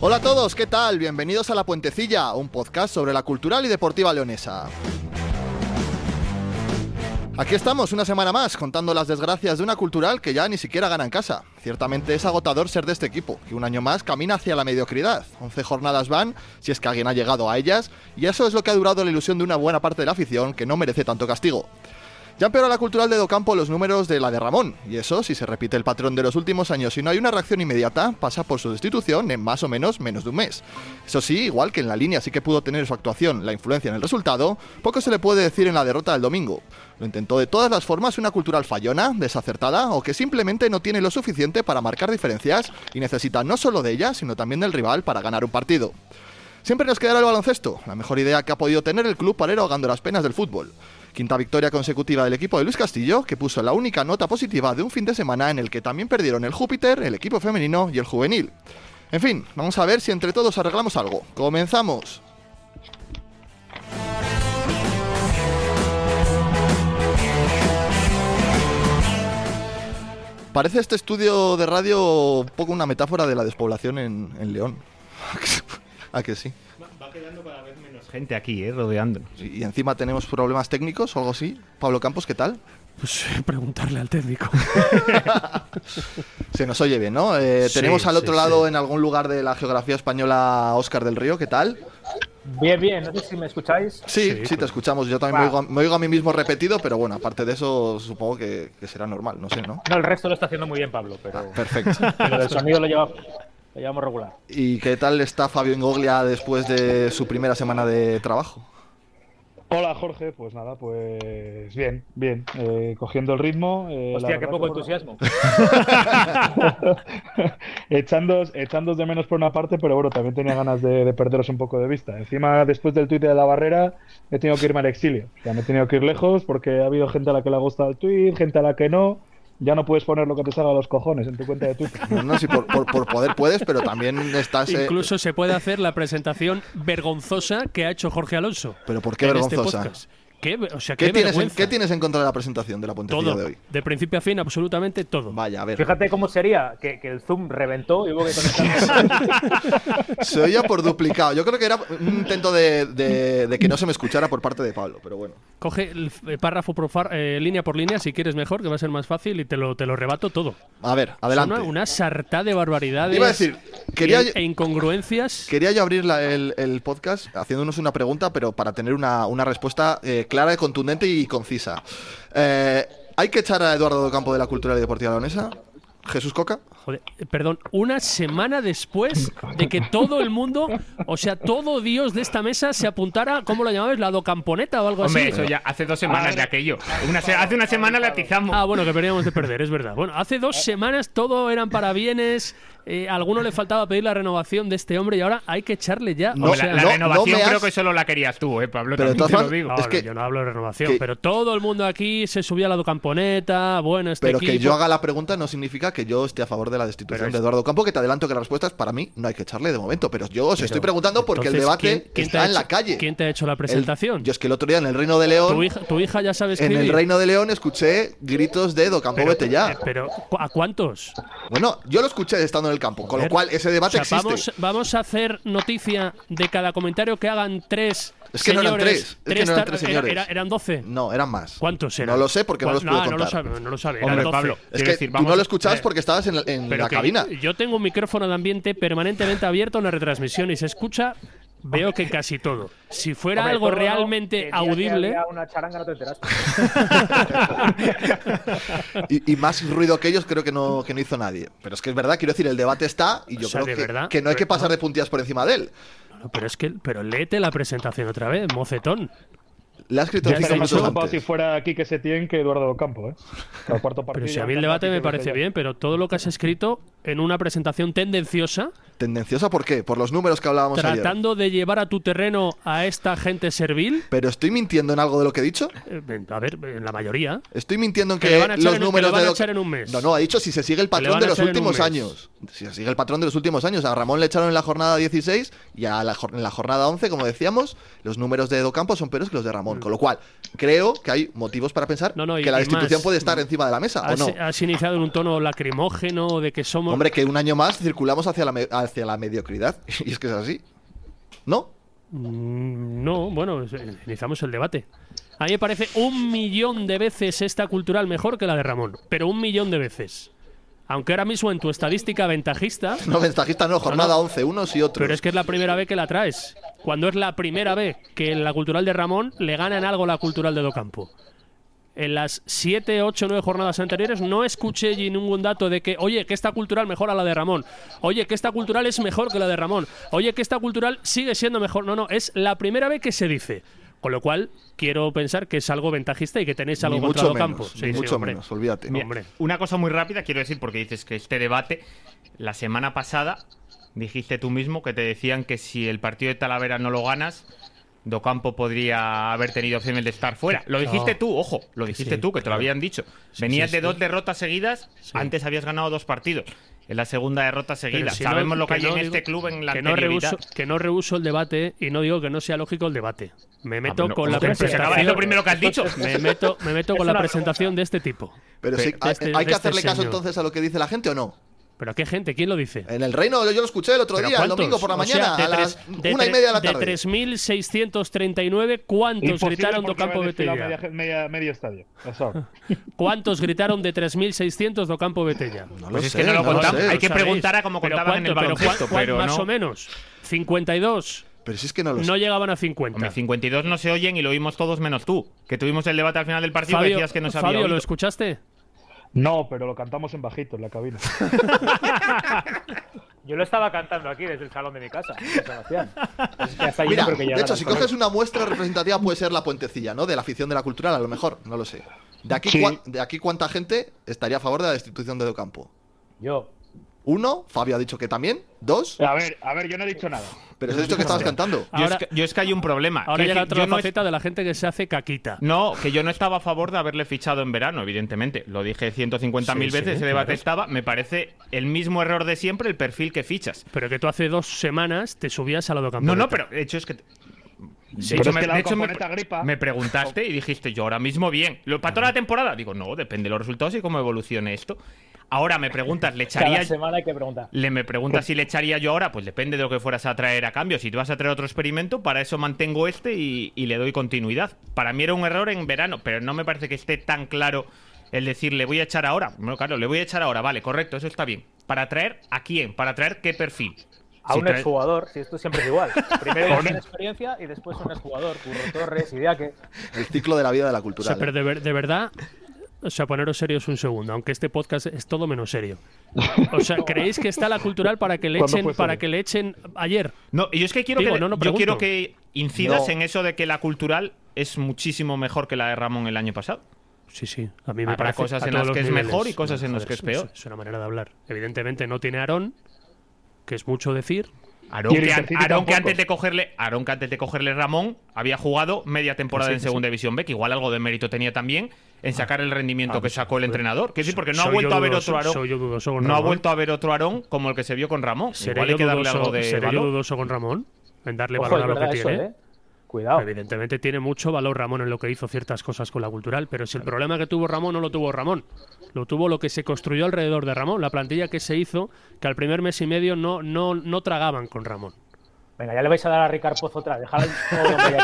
Hola a todos, ¿qué tal? Bienvenidos a La Puentecilla, un podcast sobre la cultural y deportiva leonesa. Aquí estamos una semana más contando las desgracias de una cultural que ya ni siquiera gana en casa. Ciertamente es agotador ser de este equipo, que un año más camina hacia la mediocridad. 11 jornadas van, si es que alguien ha llegado a ellas, y eso es lo que ha durado la ilusión de una buena parte de la afición que no merece tanto castigo. Ya empeoró la cultural de Docampo los números de la de Ramón, y eso, si se repite el patrón de los últimos años y no hay una reacción inmediata, pasa por su destitución en más o menos menos de un mes. Eso sí, igual que en la línea sí que pudo tener su actuación la influencia en el resultado, poco se le puede decir en la derrota del domingo. Lo intentó de todas las formas una cultural fallona, desacertada o que simplemente no tiene lo suficiente para marcar diferencias y necesita no solo de ella, sino también del rival para ganar un partido. Siempre nos quedará el baloncesto, la mejor idea que ha podido tener el club para ir ahogando las penas del fútbol. Quinta victoria consecutiva del equipo de Luis Castillo, que puso la única nota positiva de un fin de semana en el que también perdieron el Júpiter, el equipo femenino y el juvenil. En fin, vamos a ver si entre todos arreglamos algo. ¡Comenzamos! Parece este estudio de radio un poco una metáfora de la despoblación en, en León. ¿A que sí? Va quedando cada vez menos gente aquí, ¿eh? Rodeándonos. Y encima tenemos problemas técnicos o algo así. Pablo Campos, ¿qué tal? Pues eh, preguntarle al técnico. Se nos oye bien, ¿no? Eh, Sí, tenemos al sí, otro sí. lado, en algún lugar de la geografía española, a Óscar del Río, ¿qué tal? Bien, bien, no sé si me escucháis. Sí, sí, te claro. escuchamos. Yo también me oigo, a- me oigo a mí mismo repetido, pero bueno, aparte de eso, supongo que, que será normal, no sé, ¿no? No, el resto lo está haciendo muy bien Pablo, pero, Perfecto. Ah. pero el sonido lo, lleva, lo llevamos regular. ¿Y qué tal está Fabio Ingoglia después de su primera semana de trabajo? Hola Jorge, pues nada, pues bien, bien, eh, cogiendo el ritmo. eh, la Hostia, qué verdad poco que, bueno, entusiasmo. echándos, echándos de menos por una parte, pero bueno, también tenía ganas de, de perderos un poco de vista. Encima, después del tuit de la barrera, he tenido que irme al exilio. O sea, me he tenido que ir lejos porque ha habido gente a la que le gusta el tuit, gente a la que no. Ya no puedes poner lo que te salga a los cojones en tu cuenta de Twitter. No, no, si por, por- por poder puedes, pero también estás... eh, Incluso se puede hacer la presentación vergonzosa que ha hecho Jorge Alonso. ¿Pero por qué en vergonzosa? Este podcast. ¿Qué, ve- o sea, ¿qué, qué tienes en, vergüenza. ¿Qué tienes en contra de la presentación de la puentecilla Todo. de De, hoy? principio a fin, absolutamente todo. Vaya, a ver. Fíjate cómo sería que, que el Zoom reventó y hubo que conectar. Se oía por duplicado. Yo creo que era un intento de, de- de que no se me escuchara por parte de Pablo, pero bueno. Coge el f- eh, párrafo por far- eh, línea por línea, si quieres mejor, que va a ser más fácil, y te lo, te lo rebato todo. A ver, adelante. Son Una, una sartá de barbaridades Iba a decir, y- quería- e incongruencias. Quería yo abrir la- el, el podcast haciéndonos una pregunta, pero para tener una, una respuesta eh, clara, contundente y concisa. Eh, ¿Hay que echar a Eduardo Campo de la Cultura y Deportiva Leonesa? ¿Jesús Coca? Joder, eh, perdón, una semana después de que todo el mundo, o sea, todo Dios de esta mesa se apuntara, ¿cómo lo llamabas? La docamponeta o algo Hombre, así. eso ya hace dos semanas de aquello. Una se- hace una semana la atizamos. Ah, bueno, que veníamos de perder, es verdad. Bueno, hace dos semanas todo eran parabienes, eh, a alguno le faltaba pedir la renovación de este hombre y ahora hay que echarle ya. No, o la, sea, la renovación me has- creo que solo la querías tú, eh, Pablo. Pero de también te todas lo digo. formas, es que- yo no hablo de renovación, que- pero todo el mundo aquí se subía a la docamponeta, bueno, este Pero equipo... que yo haga la pregunta no significa que yo esté a favor de la destitución Pero es- de Eduardo Campo, que te adelanto que las respuestas para mí no hay que echarle de momento. Pero yo os estoy preguntando porque el Entonces, debate ¿quién- quién te está ha en la hecho- calle. ¿Quién te ha hecho la El- presentación? yo es que el otro día en el Reino de León, tu, hija, tu hija ya sabe en escribir. el Reino de León escuché gritos de Edo Campo, Pero- vete ya. eh, Pero, ¿cu- ¿a cuántos? Bueno, yo lo escuché estando en el campo, con A lo ver. cual ese O debate sea, existe. vamos, vamos a hacer noticia de cada comentario que hagan tres. Es que no eran señores, tres, es que no eran tres tar- era- señores. era- eran doce. No, eran más. ¿Cuántos eran? No lo sé porque no ¿Cuán- Ah, los puedo No, lo contar. sabe, no lo sabe. eran Hombre, 12. Pablo, Es quiero que decir, tú vamos no a- lo escuchabas eh, porque estabas en la, en Pero la que cabina. Yo tengo un micrófono de ambiente permanentemente abierto a una retransmisión y se escucha, veo que casi todo. Si fuera Sobre algo todo, realmente el día que audible. había una charanga no te enteraste. Y, y más ruido que ellos creo que no, que no hizo nadie. Pero es que es verdad, quiero decir, el debate está y yo O sea, creo de que, verdad, que no hay que pero- pasar de puntillas por encima de él. No, Pero es que, pero léete la presentación otra vez, mocetón. Le ha escrito Ya cinco está Estaría más minutos dicho. preocupado si antes. fuera Quique Setién que Eduardo Campo, ¿eh? Al cuarto partido Pero si ya a mí el está debate me Quique parece Setién. bien, pero todo lo que has escrito en una presentación tendenciosa, ¿Tendenciosa por qué? Por los números que hablábamos ayer. tratando de llevar a tu terreno a esta gente servil, ¿Pero estoy mintiendo en algo de lo que he dicho? eh, a ver, en la mayoría, Estoy mintiendo en que, Que le van a echar los en un- que números le van de a Edo- echar en un mes. No, no, ha dicho si se sigue el le patrón van de a los echar en un últimos mes. años. Si se sigue el patrón de los últimos años. A Ramón le echaron en la jornada 16 y a la, jor- en la jornada 11, como decíamos, los números de Edo Campos son peores que los de Ramón. Con lo cual, creo que hay motivos para pensar Mm. No, no, y- que la y destitución más. mm, puede estar encima de la mesa, ¿o has, Ah, no? has iniciado en un tono lacrimógeno de que somos... Hombre, que un año más circulamos hacia la, me- hacia la mediocridad. Y es que es así. ¿No? Mm, No, bueno, es- iniciamos el debate. A mí me parece un millón de veces esta cultural mejor que la de Ramón, pero un millón de veces. Aunque ahora mismo en tu estadística ventajista, No, ventajista no, jornada no. 11, unos y otros. pero es que es la primera vez que la traes. Cuando es la primera vez que en la cultural de Ramón le ganan algo la cultural de Docampo. En las 7, 8, 9 jornadas anteriores no escuché yo ningún dato de que, oye, que esta cultural mejora la de Ramón. Oye, que esta cultural es mejor que la de Ramón. Oye, que esta cultural sigue siendo mejor. No, no, es la primera vez que se dice. Con lo cual, quiero pensar que es algo ventajista y que tenéis algo ni contra mucho Docampo. menos, Sí, ni sí, mucho hombre. menos, olvídate. Mira, Hombre, una cosa muy rápida quiero decir, porque dices que este debate, la semana pasada dijiste tú mismo que te decían que si el partido de Talavera no lo ganas, Docampo podría haber tenido opciones de estar fuera. Lo dijiste No. tú, ojo, lo dijiste sí, tú, que te lo claro. habían dicho. Sí, Venías sí, de sí. dos derrotas seguidas, antes habías ganado dos partidos. En la segunda derrota seguida. Pero si no- Sabemos lo que, hay no en digo- este club en la que no, anterioridad. rehuso, que no rehuso el debate y no digo que no sea lógico el debate. Me meto Ah, no, con ¿cómo la que no? Pero se acaba- presentación. es lo primero que has dicho. Me meto, me meto Es con la una presentación de este tipo. Pero sí, de ¿hay, este- hay de que este hacerle caso señor. entonces a lo que dice la gente o no? Pero qué gente, ¿quién lo dice? En el reino, yo, yo lo escuché el otro ¿Pero día, el cuántos? domingo por la O sea, mañana, de a las tres- de una y tre- media de la tarde. De 3.639, ¿cuántos Imposible gritaron porque do campo habían desfilado Betella? media- media- medio estadio. Eso. ¿Cuántos gritaron de 3.600 do campo Betella? No Pues es que no lo contamos. sé. Hay que ¿Sabéis? preguntar a cómo Pero contaban en el cuánto, pero baloncesto, cuán- cuán- pero más no. o menos. 52. Pero si es que no lo No sé. llegaban a 50. Hombre, 52 no se oyen y lo oímos todos menos tú. Que tuvimos el debate al final del partido y Fabio, decías que no se había Fabio, ¿lo oído. escuchaste? No, pero lo cantamos en bajito en la cabina. Yo lo estaba cantando aquí desde el salón de mi casa, San Sebastián. Es que hasta allí Mira, no creo que de llegara hecho, el si sonido. coges una muestra representativa puede ser la puentecilla, ¿no? De la afición de la cultural, a lo mejor, no lo sé. De aquí, Sí. cua- de aquí cuánta gente estaría a favor de la destitución de Docampo. Yo. Uno, Fabio ha dicho que también. Dos, A ver, a ver, yo no he dicho nada. pero se ha dicho que estabas cantando. Yo, Ahora- es que, yo es que hay un problema. Ahora Quiero llega decir, otra yo no es- faceta de la gente que se hace caquita. No, que yo no estaba a favor de haberle fichado en verano, evidentemente. Lo dije 150.000 Sí, sí, veces, ese debate claro. estaba. Me parece el mismo error de siempre, el perfil que fichas. Pero que tú hace dos semanas te subías a la Ah, docampo. No, no, pero de hecho es que... De pues pero hecho, es que la de hecho, componente gripa- me preguntaste y dijiste, yo ahora mismo bien. ¿Lo para toda la temporada? Digo, no, depende de los resultados y cómo evolucione esto. Ahora me preguntas, ¿le Cada echaría semana hay que preguntar. Le me pregunta si le echaría yo ahora, pues depende de lo que fueras a traer a cambio. Si te vas a traer otro experimento, para eso mantengo este y, y le doy continuidad. Para mí era un error en verano, pero no me parece que esté tan claro el decir le voy a echar ahora. Bueno, claro, le voy a echar ahora, vale, correcto, eso está bien. ¿Para traer a quién? ¿Para traer qué perfil? A Si un trae- exjugador, si esto siempre es igual. Primero una experiencia y después un exjugador. Curro Torres, Idiaque. El ciclo de la vida de la O sea, cultural. pero de, ver- de verdad, o sea, poneros serios un segundo, aunque este podcast es todo menos serio. O sea, ¿creéis que está la cultural para que le ¿Cuándo echen, fue para serio? que le echen ayer? No, y yo es que quiero Digo, que no, no, yo pregunto. quiero que incidas No. en eso de que la cultural es muchísimo mejor que la de Ramón el año pasado. Sí, sí. A mí me Habrá parece cosas a en todos las los que es niveles. mejor y cosas en las que es eso- peor. Es una manera de hablar. Evidentemente no tiene Aarón, que es mucho decir. Aarón, que, an- Aarón que antes de cogerle, Aarón que antes de cogerle Ramón había jugado media temporada Sí, en sí, Segunda sí. División B, que igual algo de mérito tenía también en sacar el Ah, rendimiento que pues, sacó el pues, entrenador. Que sí, porque no ha soy yo vuelto a ver dudoso, otro Aarón. soy yo dudoso con No ha Ramón. vuelto a ver otro Aarón como el que se vio con Ramón. ¿Seré, igual hay yo que darle dudoso, algo de seré yo valor. dudoso con Ramón en darle Ojo, valor es a lo verdad que eso, tiene. ¿eh? Cuidado. Evidentemente tiene mucho valor Ramón en lo que hizo ciertas cosas con la cultural, pero si el problema que tuvo Ramón no lo tuvo Ramón, lo tuvo lo que se construyó alrededor de Ramón, la plantilla que se hizo, que al primer mes y medio no, no, no tragaban con Ramón. Venga, ya le vais a dar a Ricard Pozo otra. Dejad todo hombre,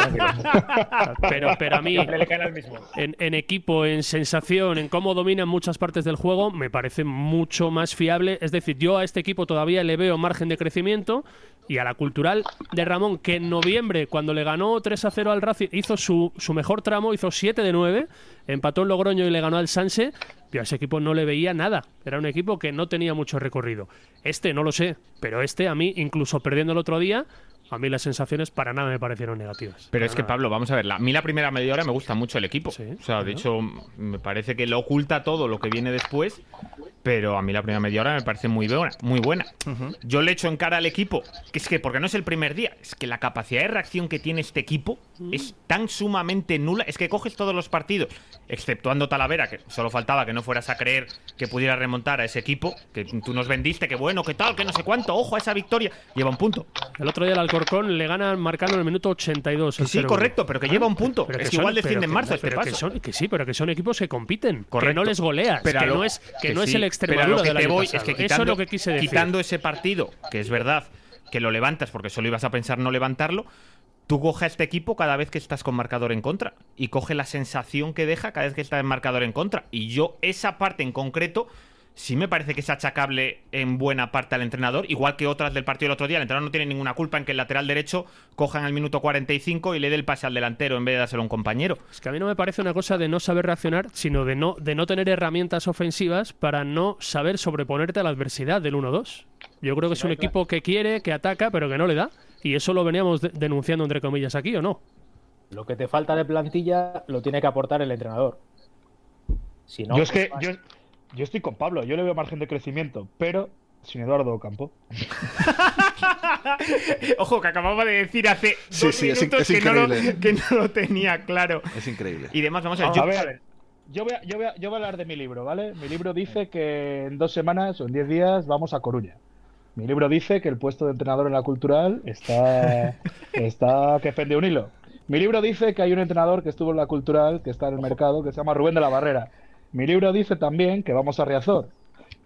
ya tranquilo. Pero, pero a mí, Siempre le caen al mismo. en, en equipo, en sensación, en cómo dominan muchas partes del juego, me parece mucho más fiable. Es decir, yo a este equipo todavía le veo margen de crecimiento y a la cultural de Ramón, que en noviembre, cuando le ganó 3 a 0 al Racing, hizo su, su mejor tramo, hizo 7 de 9, empató en Logroño y le ganó al Sanse. Yo a ese equipo no le veía nada. Era un equipo que no tenía mucho recorrido. Este no lo sé, pero este a mí, incluso perdiendo el otro día, a mí las sensaciones para nada me parecieron negativas. Pero Para es que, nada. Pablo, vamos a ver, la- a mí la primera media hora me gusta mucho el equipo. o sea, de hecho, m- me parece que lo oculta todo lo que viene después, pero a mí la primera media hora me parece muy buena. Muy buena. Yo le echo en cara al equipo, que es que, porque no es el primer día, es que la capacidad de reacción que tiene este equipo es tan sumamente nula, es que coges todos los partidos, exceptuando Talavera, que solo faltaba que no fueras a creer que pudiera remontar a ese equipo, que tú nos vendiste, que bueno, que tal, que no sé cuánto, ojo a esa victoria, lleva un punto. El otro día el Alcorcón le gana marcando en el minuto 82. el sí, 0-1. correcto, pero que lleva un punto. Pero Es que igual defiende pero en que- marzo este pero paso. Que, son- que sí, pero que son equipos que compiten. Que Correcto. no les goleas. Pero a que lo- no es, que no es sí, el pero a Extremadura lo que del te año voy pasado. es que Eso quitando, es lo que quise decir. quitando ese partido, que es verdad que lo levantas porque solo ibas a pensar no levantarlo, tú coge a este equipo cada vez que estás con marcador en contra y coge la sensación que deja cada vez que estás en marcador en contra. Y yo esa parte en concreto sí me parece que es achacable en buena parte al entrenador, igual que otras del partido del otro día. El entrenador no tiene ninguna culpa en que el lateral derecho coja en el minuto 45 y le dé el pase al delantero en vez de dárselo a un compañero. Es que a mí no me parece una cosa de no saber reaccionar, sino de no, de no tener herramientas ofensivas para no saber sobreponerte a la adversidad del 1-2. Yo creo que es un equipo que quiere, que ataca, pero que no le da. Y eso lo veníamos de- denunciando, entre comillas, aquí, ¿o no? Lo que te falta de plantilla lo tiene que aportar el entrenador. Si no, yo es que pues, yo, yo estoy con Pablo, yo le veo margen de crecimiento, pero sin Eduardo Ocampo. Ojo, que acababa de decir hace Sí, dos sí, es in- minutos es que, no lo, increíble. que no lo tenía claro. Es increíble. Y demás, vamos a ver. Vamos yo- a ver, yo voy a, yo, voy a, yo voy a hablar de mi libro, ¿vale? Mi libro dice que en dos semanas o en diez días vamos a Coruña. Mi libro dice que el puesto de entrenador en la cultural está, está que pende un hilo. Mi libro dice que hay un entrenador que estuvo en la cultural, que está en el mercado, que se llama Rubén de la Barrera. Mi libro dice también que vamos a Riazor.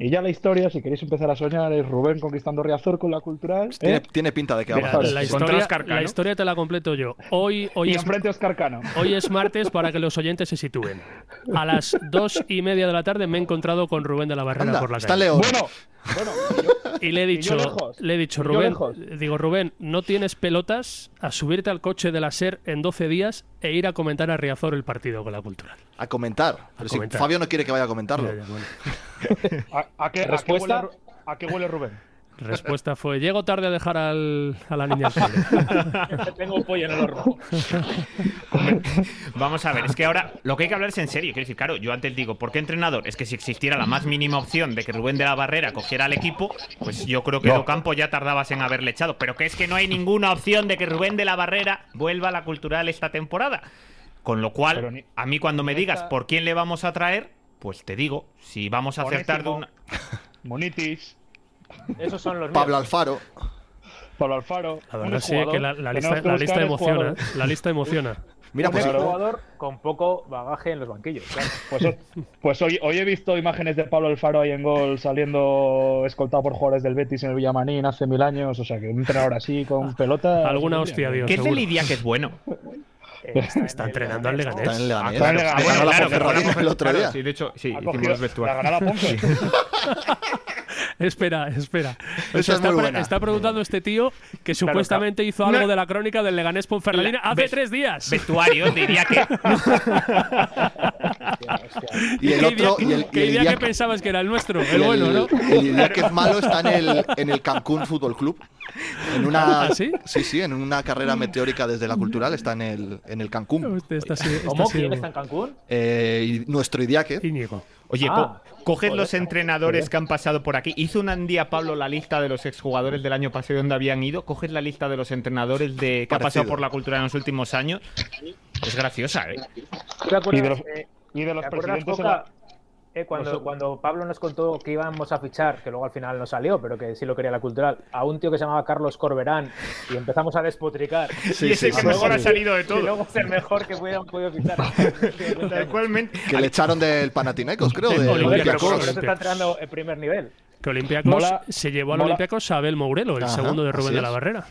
Y ya la historia, si queréis empezar a soñar, es Rubén conquistando Riazor con la cultural. ¿eh? Tiene, tiene pinta de que va a Mira, pasar. la, historia, la historia te la completo yo. Hoy, hoy Y es enfrente Oscar Cano. Hoy es martes para que los oyentes se sitúen. A las dos y media de la tarde me he encontrado con Rubén de la Barrera Anda, por la está calle. León. Bueno, y le he dicho, y yo lejos, le he dicho y yo Rubén, lejos. digo Rubén, no tienes pelotas a subirte al coche de la SER en 12 días e ir a comentar a Riazor el partido con la cultural. A comentar. Pero si comentar. Fabio no quiere que vaya a comentarlo. Ya, ya, bueno. ¿A, a qué, a qué Respuesta. huele Ru- ¿A qué huele Rubén? Respuesta fue, llego tarde a dejar al- a la niña al cole". tengo un pollo en el horno. Vamos a ver, es que ahora lo que hay que hablar es en serio. Quiero decir, claro, yo antes digo, ¿por qué entrenador? Es que si existiera la más mínima opción de que Rubén de la Barrera cogiera al equipo, pues yo creo que No. Docampo ya tardabas en haberle echado. Pero que es que no hay ninguna opción de que Rubén de la Barrera vuelva a la cultural esta temporada. Con lo cual, a mí cuando me digas por quién le vamos a traer, pues te digo, si vamos a acertar de Onésimo. una. Monitis. Esos son los Pablo Alfaro. Pablo Alfaro. La verdad sí que la, la lista, la lista emociona. ¿eh? La lista emociona. Mira, un pues- jugador con poco bagaje en los banquillos. claro. Pues, o- pues hoy, hoy he visto imágenes de Pablo Alfaro ahí en gol saliendo escoltado por jugadores del Betis en el Villamanín hace mil años. O sea, que un entrenador así con pelota. Ah, Alguna hostia, Dios. ¿Qué es de Lidia que es bueno? Está, está entrenando al Leganés. Está en Leganés. Está en Leganés. Ah, bueno, Ganó la claro, Ponferradina mejoramos el el otro otro día. Sí, de hecho, sí, Ha hicimos cogido- los vestuarios. la ganada Ponce. Espera, espera. Esa es está, muy pre- buena. está preguntando este tío que Claro, supuestamente claro. hizo algo No. de la crónica del Leganés Ponferradina La- hace ves- tres días. Vestuarios, diría que. Y el ¿Qué otro- idea- y el- y ¿Qué el idea día- que pensabas que era el nuestro? Y El bueno, ¿no? El Idiáquez malo está en el, en el Cancún Fútbol Club. En una, ¿Ah, sí? sí, sí, en una carrera meteórica desde la cultural está en el, en el Cancún. Este- esta sí- esta ¿Cómo? sí- ¿Quién está en Cancún? Eh, y nuestro Idiáquez. Íñigo. Oye, Ah. po- coges los entrenadores que han pasado por aquí. Hizo un día Pablo la lista de los exjugadores del año pasado y donde habían ido. Coges la lista de los entrenadores de que ha pasado Parecido. por la cultura en los últimos años. Es graciosa, ¿eh? ¿Te acuerdas, Y de los- eh, y de los ¿te acuerdas, presidentes en Coca, la- eh, cuando, Los- cuando Pablo nos contó que íbamos a fichar, que luego al final no salió, pero que sí lo quería la cultural, a un tío que se llamaba Carlos Corberán y empezamos a despotricar. Sí, Y ese sí, que sí, mejor sí. ha salido de todo. Y luego es el mejor que hubieran podido fichar. Actualmente. Que le echaron del Panathinaikos, creo, de Pero Olympiacos. se está entrenando en primer nivel. Que Olympiacos Mola- se llevó al mola- Olympiacos a Abel Mourelo, el Ajá, segundo de Rubén así de la es. Barrera.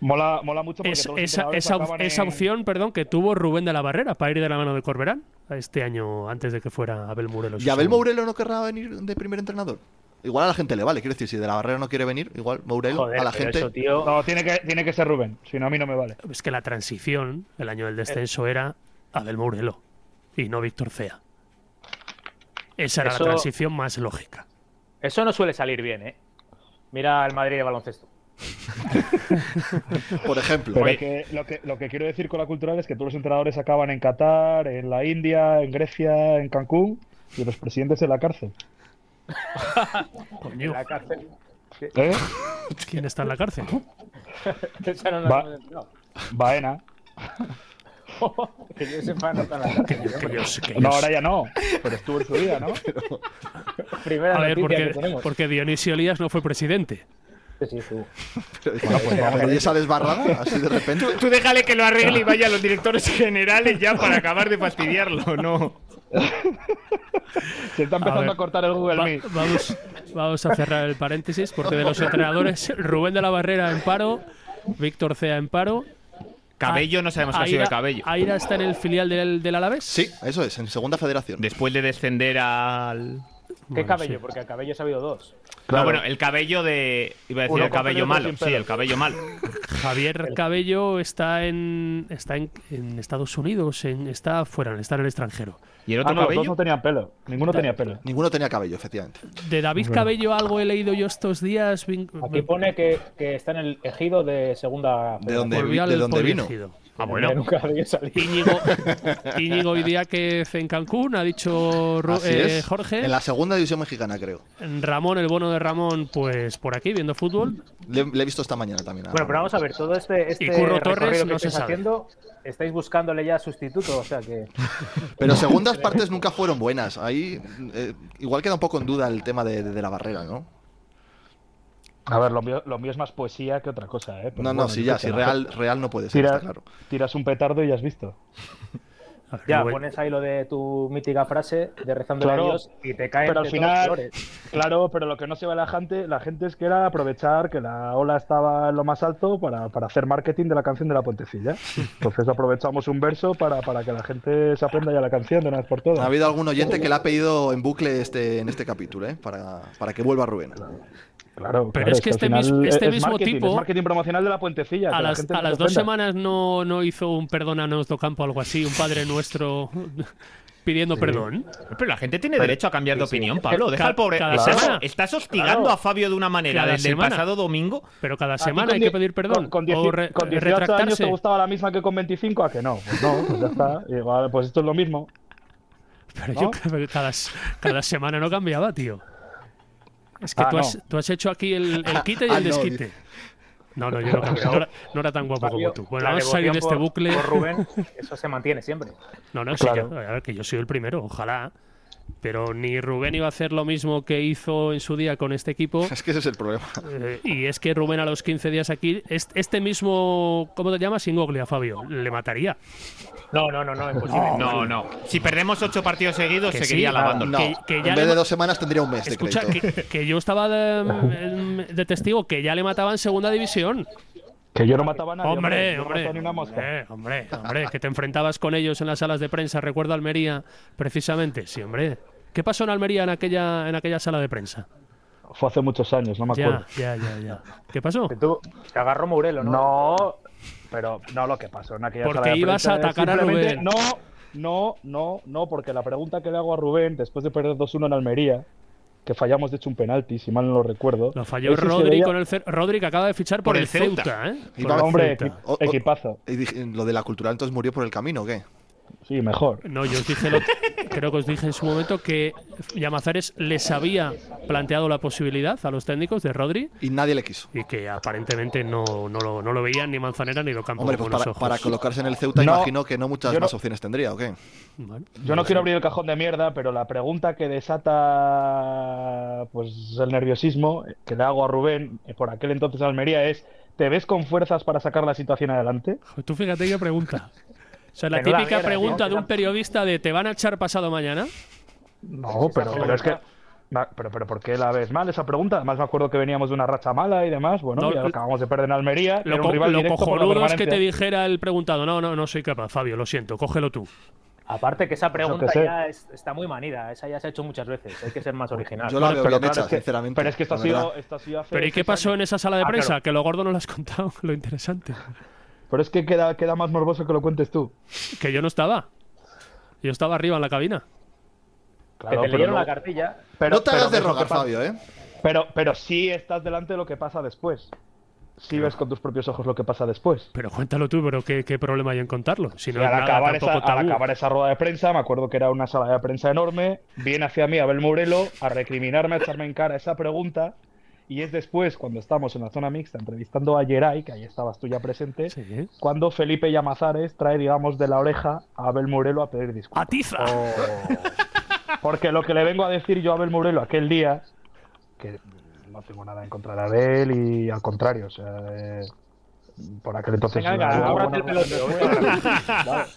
Mola, mola mucho porque Es- todos los esa, entrenadores esa- acaban esa en- opción perdón, que tuvo Rubén de la Barrera para ir de la mano de Corberán este año antes de que fuera Abel Mourelo. ¿Y Abel Mourelo no querrá venir de primer entrenador? Igual a la gente le vale, quiero decir, si de la barrera no quiere venir, igual Mourelo a la gente. No, tiene que, tiene que ser Rubén, si no a mí no me vale. Es que la transición, el año del descenso, era Abel Mourelo y no Víctor Cea. Esa era Eso- la transición más lógica. Eso no suele salir bien, ¿eh? Mira el Madrid de baloncesto. Por ejemplo. Pero que lo, que, lo que quiero decir con la cultural es que todos los entrenadores acaban en Qatar, en la India, en Grecia, en Cancún y los presidentes en la cárcel. Coño. La cárcel. Sí. ¿Eh? ¿Quién está en la cárcel? Esa no la Va- hemos enterado. Baena. que yo sepa, no está en la cárcel. ¿eh? Que yo sé que No, yo sé. ahora ya no, pero estuvo en su vida, ¿no? Primera A ver, noticia que porque, tenemos. porque Dionisio Elías no fue presidente. Bueno, pues vamos, ¿y esa desbarrada? Así de repente. Tú déjale que lo arregle y vaya a los directores generales ya para acabar de fastidiarlo, ¿no? Se está empezando A ver. a cortar el Google Meet. Vamos, vamos a cerrar el paréntesis porque de los entrenadores, Rubén de la Barrera en paro, Víctor Cea en paro. Cabello, no sabemos qué ha sido de Aira- Cabello. Aira está en el filial del, del Alavés. Sí, eso es, en segunda federación. Después de descender al. ¿Qué cabello? Porque a cabello ha habido dos. No, bueno, el cabello de. Iba a decir Uno el con pelo y cabello otro malo. sin Sí, pelo. el cabello malo. Javier Cabello está en está en, en Estados Unidos, en, está fuera, está en el extranjero. ¿Y el Ah, no, los dos no tenían pelo. Ninguno tenía pelo. Ninguno tenía cabello, efectivamente. De David Cabello algo he leído yo estos días. vin- Aquí pone que, que está en el ejido de segunda. ¿De dónde, Volvió vi- al de dónde vino? polielegido. Ah, Que Nunca había salido. Íñigo, Íñigo hoy día que en Cancún, ha dicho Ru- Así eh, es, Jorge. En la segunda división mexicana, creo. Ramón, el bono de Ramón, pues por aquí viendo fútbol. Le, le he visto esta mañana también. a Bueno, pero vamos a ver, todo este, este Y Curro recorrido Torres que no se estáis sabe. haciendo, estáis buscándole ya sustituto, o sea que... Pero segundas partes nunca fueron buenas. Ahí eh, igual queda un poco en duda el tema de, de- de la barrera, ¿no? A ver, lo mío, lo mío es más poesía que otra cosa, ¿eh? Pero no, no, bueno, sí, ya, escucha, sí, real, real no puede ser, Tira- está claro. Tiras un petardo y ya has visto. A ver, Ya, Rubén. pones ahí lo de tu mítica frase de rezando a Claro, Dios y te caen pero al de final- todos los Claro, pero lo que no se ve la gente, la gente es que era aprovechar que la ola estaba en lo más alto para, para hacer marketing de la canción de la Pontecilla. Entonces aprovechamos un verso para, para que la gente se aprenda ya la canción de una vez por todas. Ha habido algún oyente que le ha pedido en bucle este, en este capítulo, ¿eh? Para, para que vuelva Rubén. Claro, Pero claro, es que al este final mis- este es mismo marketing, tipo- es marketing promocional de la Puentecilla. que A la las, gente a no se las dos ofenda. semanas no, no hizo un perdónanos do campo, algo así, un padre nuestro pidiendo perdón. Pero la gente tiene derecho a cambiar de opinión, Pablo. Deja Ca- al pobre. cada Estás, semana. estás hostigando a Fabio de una manera Cada desde el semana. pasado domingo. Pero cada A ti semana con hay que die- pedir perdón. Con, con o dieci- re- con 18 años eh, retractarse. te gustaba la misma que con 25, ¿a que no? Pues no, pues ya está. Igual, pues esto es lo mismo. Pero ¿no? yo creo que cada, s- cada semana no cambiaba, tío. Es que Ah, tú, has, no. tú has hecho aquí el, el quite y Ah, el no, desquite. No, no, yo no cambié. No era, no era tan guapo como tú. Bueno, vamos a salir de este bucle. Por Rubén, eso se mantiene siempre. No, no, sí, Claro. que- a ver, que yo soy el primero, ojalá. Pero ni Rubén iba a hacer lo mismo que hizo en su día con este equipo. Es que ese es el problema. Eh, y es que Rubén a los 15 días aquí, es- este mismo, ¿cómo te llamas? Ingoglia, Fabio, le mataría. No, no, no, no, imposible. No, no. Si perdemos ocho partidos seguidos, Que seguiría sí, lavando. No, Que- que ya en le vez de ma- dos semanas tendría un mes de Escucha, crédito. que, que yo estaba de, de testigo que ya le mataban segunda división. Que yo no mataba a nadie. Hombre, yo no hombre, mataba ni una mosca. hombre, hombre, hombre, que te enfrentabas con ellos en las salas de prensa, recuerdo Almería, precisamente, sí, hombre. ¿Qué pasó en Almería en aquella, en aquella sala de prensa? Fue hace muchos años, no me acuerdo. Ya, ya, ya, ya. ¿Qué pasó? Te, tuvo- te agarró Mourelo, ¿no? No, pero no lo que pasó en aquella Porque sala de ibas a prensa es atacar a simplemente- Rubén. No, no, no, no, porque la pregunta que le hago a Rubén después de perder 2-1 en Almería, que fallamos de hecho un penalti, si mal no lo recuerdo. Lo falló es si se Rodri veía- con el Cer- Rodri que acaba de fichar por, el Ceuta, ¿eh? Y Por va- el Hombre, Ceuta. equi- equipazo. Y dije, lo de la cultural entonces murió por el camino, ¿o qué? Sí, mejor. No, yo os dije, lo- creo que os dije en su momento que Llamazares les había planteado la posibilidad a los técnicos de Rodri. Y nadie le quiso. Y que aparentemente no, no, lo, no lo veían ni Manzanera ni Docampo. Hombre, pues con buenos para, ojos. para colocarse en el Ceuta No, imagino que no muchas yo no- más opciones tendría, ¿o qué? Yo no quiero abrir el cajón de mierda, pero la pregunta que desata pues el nerviosismo que le hago a Rubén, eh, por aquel entonces Almería, es ¿te ves con fuerzas para sacar la situación adelante? Pues tú fíjate qué pregunta. O sea, la Menuda típica mierda, pregunta tío. de un periodista de ¿te van a echar pasado mañana? No, Oh, pero, pero es que... va, Pero, pero ¿por qué la ves mal esa pregunta? Además me acuerdo que veníamos de una racha mala y demás. Bueno, No, ya lo- acabamos de perder en Almería. Lo, era un co- rival lo directo por la cojonudo es que te permanencia. dijera el preguntado, no, no, no soy capaz, Fabio, lo siento, cógelo tú. Aparte que Pues esa pregunta sé. ya es- está muy manida, esa ya se ha hecho muchas veces, hay que ser más original. Bueno, pero bien claro, hecha, es que- sinceramente, pero es que esto ha la sido, verdad. esto ha sido hace Pero ¿y qué seis pasó en esa sala de Ah, prensa? claro. Que lo gordo no lo has contado, lo interesante. Pero es que queda, queda más morboso que lo cuentes tú. Que yo no estaba. Yo estaba arriba en la cabina. que Claro, te pero leyeron no- la cartilla. Pero- pero de es lo rogar, que pasa. Fabio, ¿eh? Pero, pero sí estás delante de lo que pasa después. Sí ves con tus propios ojos lo que pasa después. Pero cuéntalo tú, pero ¿qué, qué problema hay en contarlo? Si no Y es al, nada, acabar esa, tampoco al tabú. acabar esa rueda de prensa, me acuerdo que era una sala de prensa enorme, viene hacia mí Abel Morelo a recriminarme, a echarme en cara esa pregunta, y es después, cuando estamos en la zona mixta entrevistando a Geray, que ahí estabas tú ya presente, cuando Felipe Llamazares trae, digamos, de la oreja a Abel Morelo a pedir disculpas. ¡Atiza! Porque lo que le vengo a decir yo a Abel Morelo aquel día, que no tengo nada en contra de Abel y al contrario, o sea, eh, por aquel entonces... Venga, venga, hubo ábrate el buena relación. Claro.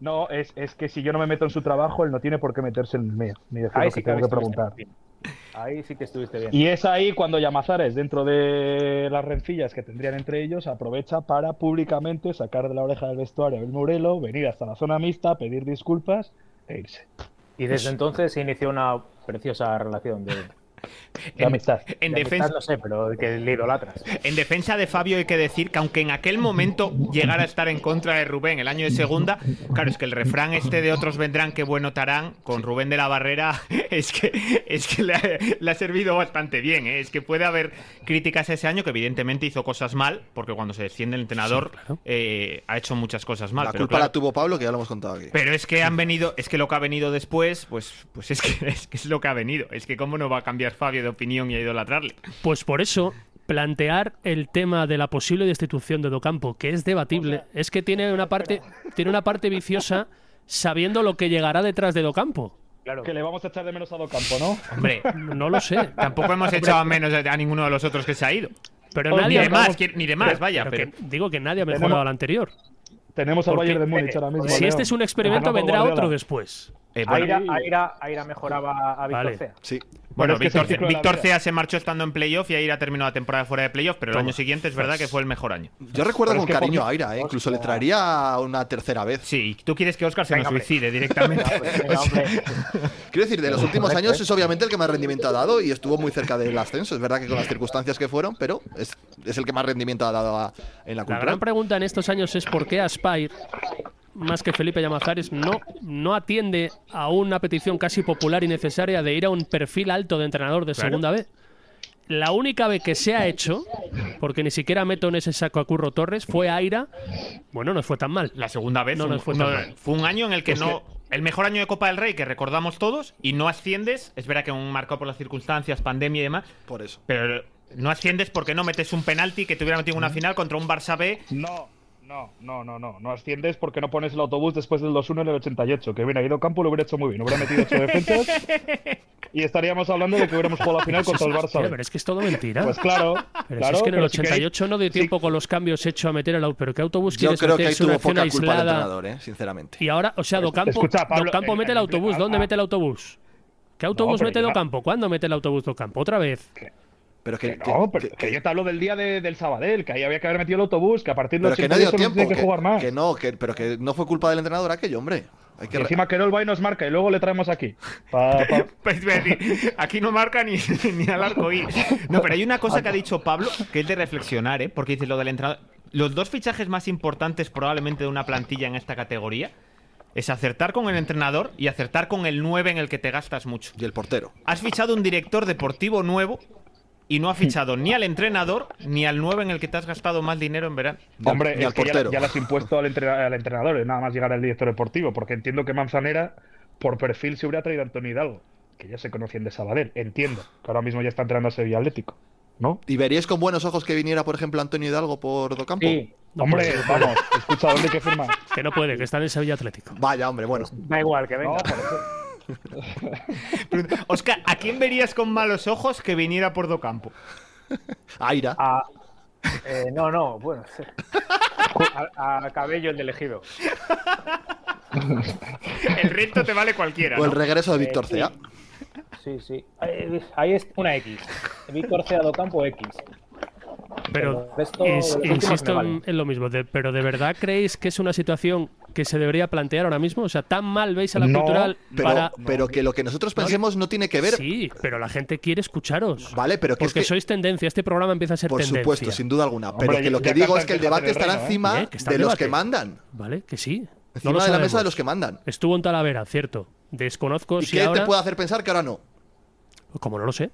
No, es, es que si yo no me meto en su trabajo, él no tiene por qué meterse en el mío, ni decir Ahí lo sí que que tengo que estuviste preguntar. bien. Ahí sí que estuviste bien. Y es ahí cuando Llamazares, dentro de las rencillas que tendrían entre ellos, aprovecha para públicamente sacar de la oreja del vestuario a Abel Morelo, venir hasta la zona mixta, pedir disculpas e irse. Y desde entonces se inició una preciosa relación de, de En- amistad. en De amistad defensa- no sé, pero que le idolatras. En defensa de Fabio hay que decir que aunque en aquel momento llegara a estar en contra de Rubén el año de segunda, claro, es que el refrán este de otros vendrán que bueno tarán con Rubén de la Barrera es que, es que le, ha, le ha servido bastante bien. ¿eh? Es que puede haber críticas ese año que evidentemente hizo cosas mal, porque cuando se desciende el entrenador eh, ha hecho muchas cosas Ah, mal. la pero culpa claro, la tuvo Pablo, que ya lo hemos contado aquí. pero es que han venido, es que lo que ha venido después, pues, pues es que es, que es lo que ha venido. Es que cómo no va a cambiar Fabio de opinión y a idolatrarle. Pues por eso, plantear el tema de la posible destitución de Docampo, que es debatible, es que tiene una parte, tiene una parte viciosa sabiendo lo que llegará detrás de Docampo. Que le vamos a echar de menos a Docampo, ¿no? Hombre, no lo sé. Tampoco hemos Hombre. echado a menos a a ninguno de los otros que se ha ido. Pero ni nadie de más, acabó- que- ni de más, Pero- vaya. pero Pero, que- digo que nadie ha Tenemos- mejorado al anterior. Tenemos al Porque, Bayern de Múnich ahora mismo. Si León. este es un Ganado experimento, por vendrá Guardiola. otro después. Eh, Aira, Aira- Aira mejoraba a Víctor Vale. Cea. Sí. Bueno, es que es el Víctor, ciclo de la Víctor vida. Cea se marchó estando en playoff y Aira terminó la temporada fuera de playoff, pero el Toma. año siguiente es verdad que fue el mejor año. Mm. Yo recuerdo con cariño a Aira, ¿eh? incluso le traería una tercera vez. Sí, tú quieres que Oscar se nos suicide directamente. Quiero decir, de los últimos años es obviamente el que más rendimiento ha dado y estuvo muy cerca del ascenso. Es verdad que con las circunstancias que fueron, pero es, es el que más rendimiento ha dado a- en la La cultura. gran pregunta en estos años es por qué Aspire, más que Felipe Llamazares, no, no atiende a una petición casi popular y necesaria de ir a un perfil alto de entrenador de Claro. segunda B. La única vez que se ha hecho, porque ni siquiera meto en ese saco a Curro Torres, fue Aira. Bueno, no fue tan mal. La segunda vez no un- nos fue no, tan mal. fue un año en el que Es no. El mejor año de Copa del Rey que recordamos todos y no asciendes. Es verdad que un marcado por las circunstancias, pandemia y demás. Por eso. Pero no asciendes porque no metes un penalti que te hubiera metido en una final contra un Barça B. No, no, no, no, no. No asciendes porque no pones el autobús después del 2-1 en el 88. Que hubiera ido Campo, lo hubiera hecho muy bien. Hubiera metido 8 defensas y estaríamos hablando de que hubiéramos jugado la final Pero contra el es- Barça. Pero es que es todo mentira. Pues claro, Pero si claro, es que en el pero si queréis- 88 no dio tiempo con los cambios hecho a meter al autobús. Pero ¿qué autobús Yo quieres creo que meter? ahí Es una tuvo acción poca culpa el aislada. entrenador, ¿eh? sinceramente. Y ahora, o sea, Docampo, escucha, Pablo, Docampo eh, el- mete el el- autobús. ah, ¿Dónde ah. mete el autobús? ¿Qué autobús pero mete ya- Docampo? ¿Cuándo mete el autobús Docampo? ¿Otra vez? Pero que, No, pero que yo te hablo del día de- del Sabadel, que ahí había que haber metido el autobús, que a partir del pero que no dio 88 no tiempo. tiene que jugar más. que no, que- pero que no fue culpa del entrenador aquello, hombre. Hay que Y re- encima que y nos marca y luego le traemos aquí. Pa- pa- Pues, iba a decir, aquí no marca ni, ni al arco iris. No, pero hay una cosa que ha dicho Pablo que es de reflexionar, ¿eh? Porque dice lo del entrenador. Los dos fichajes más importantes probablemente de una plantilla en esta categoría es acertar con el entrenador y acertar con el 9 en el que te gastas mucho. Y el portero. Has fichado un director deportivo nuevo y no ha fichado ni al entrenador ni al 9 en el que te has gastado más dinero en verano. Hombre, es que ya, ya le has impuesto al, entrena- al entrenador, nada más llegar al director deportivo, porque entiendo que Manzanera, por perfil, se hubiera traído a Antonio Hidalgo, que ya se conocían de Sabadell, entiendo, que ahora mismo ya está entrenando a Sevilla Atlético. ¿No? ¿Y veríais con buenos ojos que viniera, por ejemplo, Antonio Hidalgo por Docampo? Sí. Hombre, vamos, escucha, ¿dónde hay que firmar? Que no puede, que está en el Sevilla Atlético. Vaya, hombre, bueno. Da igual, que venga. Oscar, ¿a quién verías con malos ojos que viniera por Docampo? Aira. Ah, Eh, no, no, bueno. sí. A, a Cabello, el de elegido. El reto te vale cualquiera. O el ¿no? regreso de Víctor Cea. Sí, sí. Ahí, ahí es una X. Víctor Ceado Campo X. Pero Pero esto- ins- los últimos insisto me valen. en, en lo mismo, de- pero ¿de verdad creéis que es una situación que se debería plantear ahora mismo? O sea, ¿tan mal veis a la cultural pero, para...? pero que lo que nosotros pensemos no tiene que ver. Sí, pero la gente quiere escucharos. Vale, pero que Porque es que, sois tendencia, este programa empieza a ser por tendencia. supuesto, sin duda alguna. Pero Hombre, que lo ya que canta digo el es que el tejado debate del estará reino, ¿eh? encima Bien, que está de el los debate. que mandan. Vale, que sí. Encima lo de la mesa sabemos. de los que mandan. Estuvo en Talavera, cierto. Desconozco ¿Y si qué ahora... te puede hacer pensar que ahora no? Como no lo sé.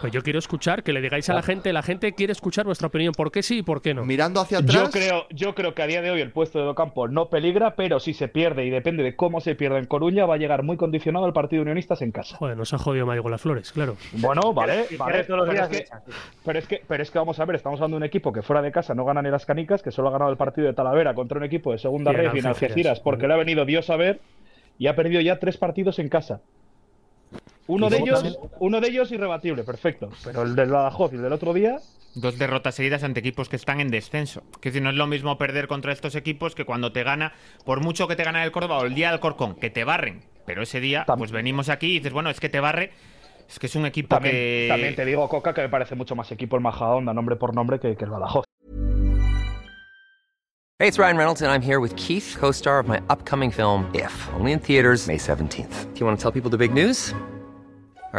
Pues yo quiero escuchar, que le digáis a la gente, la gente quiere escuchar vuestra opinión, ¿por qué sí y por qué no? Mirando hacia Yo creo, yo creo que a día de hoy el puesto de Docampo no peligra, pero si se pierde y depende de cómo se pierda en Coruña, va a llegar muy condicionado al partido de Unionistas en casa. Joder, nos ha jodido Mayo con las flores, claro. Bueno, vale, Que- que vale. pierde todos los pero, es días que, pero, es que, pero es que vamos a ver, estamos hablando de un equipo que fuera de casa no gana ni las canicas, que solo ha ganado el partido de Talavera contra un equipo de segunda Y en red y en Algeciras. Algeciras, porque le ha venido Dios a ver y ha perdido ya tres partidos en casa. Uno Y de luego ellos, también- uno de ellos irrebatible, perfecto. Pero el del Badajoz y el del otro día, Dos derrotas seguidas ante equipos que están en descenso. Que si no es lo mismo perder contra estos equipos que cuando te gana, por mucho que te gana el Córdoba o el día del Corcón, que te barren. Pero ese día, pues venimos aquí y dices, bueno, es que te barre, es que es un equipo también, que. también te digo, Coca, que me parece mucho más equipo el Majadahonda, nombre por nombre, que, que el Badajoz. Hey, it's Ryan Reynolds, and I'm here with Keith, co star of my upcoming film, If, only in theaters, May 17th. Do you want to tell people the big news? All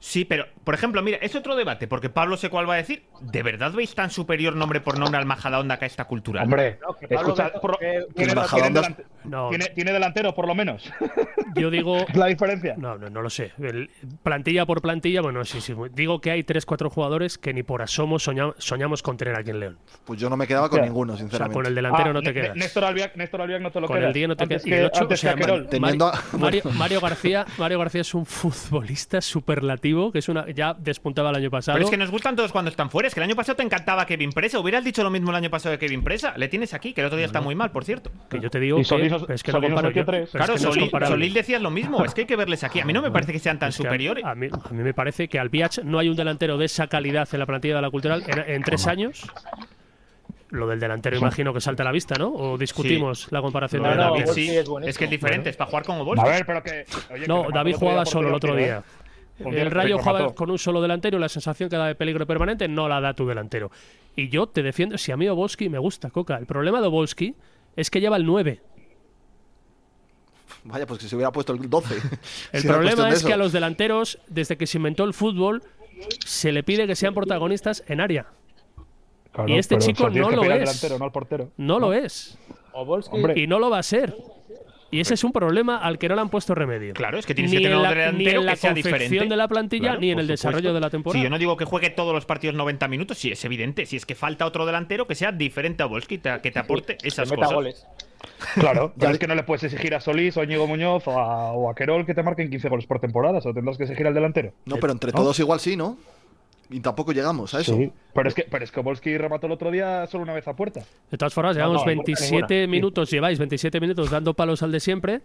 Sí, pero, por ejemplo, mira, es otro debate, porque Pablo sé cuál va a decir. ¿De verdad veis tan superior nombre por nombre al Majadahonda que a esta cultura? Hombre, escucha, por- tiene, tiene delante- No. tiene- tiene delantero, por lo menos. Yo digo. ¿La diferencia? No, no, no lo sé. El- plantilla por plantilla, bueno, sí, sí. Digo que hay 3-4 jugadores que ni por asomo soña- soñamos con tener aquí en León. Pues yo no me quedaba con ninguno, sinceramente. con el delantero no te Ah, N- quedas. Néstor Albiac, Néstor Albiac no te lo Con quedas. el 10 no te Antes quedas. Y Ah, que- el 8, antes que Querol. Mario, Mario- Mario García, Mario García es un futbolista superlativo, que es una ya despuntaba el año pasado. Pero es que nos gustan todos cuando están fuera. Es que el año pasado te encantaba Kevin Presa. Hubieras dicho lo mismo el año pasado de Kevin Presa. Le tienes aquí, que el otro día está muy mal, por cierto. Que yo te digo Y que, Solís nos- es que no Solís nos comparo metió yo. tres. pero es Claro, que no es Solís- comparable. Solís decías lo mismo. Es que hay que verles aquí. A mí no me parece que sean tan Es que a- superiores. A mí, a mí me parece que al Biach no hay un delantero de esa calidad en la plantilla de la cultural en, en tres años. Lo del delantero imagino que salta a la vista, ¿no? O discutimos la comparación No, de no, David. Obolsky Sí, es buenísimo. es que es diferente, es para jugar con Obolsky. A ver, pero que. no, oye, que le mató el David otro jugaba día por solo el otro divertido, día. ¿eh? Por El divertido, Rayo lo jugaba mató. con un solo delantero y la sensación que da de peligro permanente no la da tu delantero. Y yo te defiendo, si a mí Obolski me gusta, Coca. El problema de Obolski es que lleva el 9. Vaya, pues que se hubiera puesto el 12. El Si era cuestión problema de es eso. que a los delanteros, desde que se inventó el fútbol, se le pide que sean protagonistas en área. Claro, y este pero chico se tiene no que lo pegar al es. delantero, no al portero. No lo es. Hombre. Y no lo va a ser. Y ese es un problema al que no le han puesto remedio. Claro, Es que tienes ni que tener en un la, delantero ni en la que sea confección diferente. de la plantilla Claro, ni en por el supuesto. desarrollo de la temporada. Si yo no digo que juegue todos los partidos 90 minutos, sí, es evidente. Si es que falta otro delantero que sea diferente a Obolsky, te- que te aporte esas cosas. Claro, pero es que no le puedes exigir a Solís o a Íñigo Muñoz o a, o a Querol que te marquen 15 goles por temporada, o tendrás que exigir al delantero. No, pero entre todos igual sí, ¿no? Y tampoco llegamos a eso. Sí. Pero es que, pero es que Volsky remató el otro día solo una vez a puerta. De todas formas, No, llevamos no, ninguna, 27 ninguna. minutos, lleváis 27 minutos dando palos al de siempre.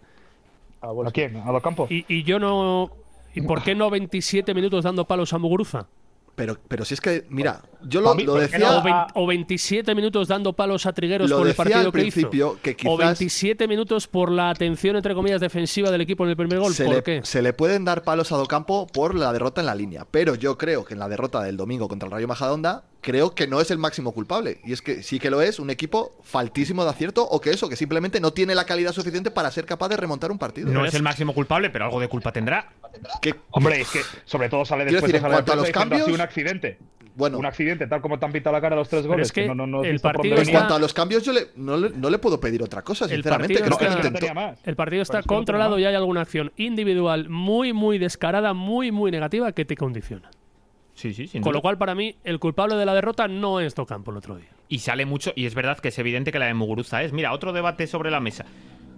¿A, quién? ¿A Docampo? Y, y yo no. ¿Y por qué no 27 minutos dando palos a Muguruza? Pero, pero si es que, mira, yo lo, lo decía. O, Ah. vein- o 27 minutos dando palos a Trigueros Lo por el decía partido al que hizo. principio, que O quizás- 27 minutos por la atención, entre comillas, defensiva del equipo en el primer gol. se, ¿Por le, qué? se le pueden dar palos a Docampo por la derrota en la línea, pero yo creo que en la derrota del domingo contra el Rayo Majadonda, creo que no es el máximo culpable. Y es que sí que lo es un equipo faltísimo de acierto o que eso, que simplemente no tiene la calidad suficiente para ser capaz de remontar un partido. No es el máximo culpable, pero algo de culpa tendrá. Hombre, es que sobre todo sale Quiero después decir, de salir en cuanto a de prensa los diciendo, "Ha cambios- sido un accidente. Bueno. Un accidente, tal como te han pintado la cara los tres Pero goles. es que no, no, no has el visto por partido dónde en venía. cuanto a los cambios, yo le- no, le, no le puedo pedir otra cosa, El sinceramente. partido, Creo que está, lo intentó. el partido está controlado y hay alguna acción individual muy, muy descarada, muy, muy negativa que te condiciona. Sí, sí, Con lo cual, para mí, el culpable de la derrota no es Docampo el otro día. Y sale mucho, y es verdad que es evidente que la de Muguruza es. Mira, otro debate sobre la mesa.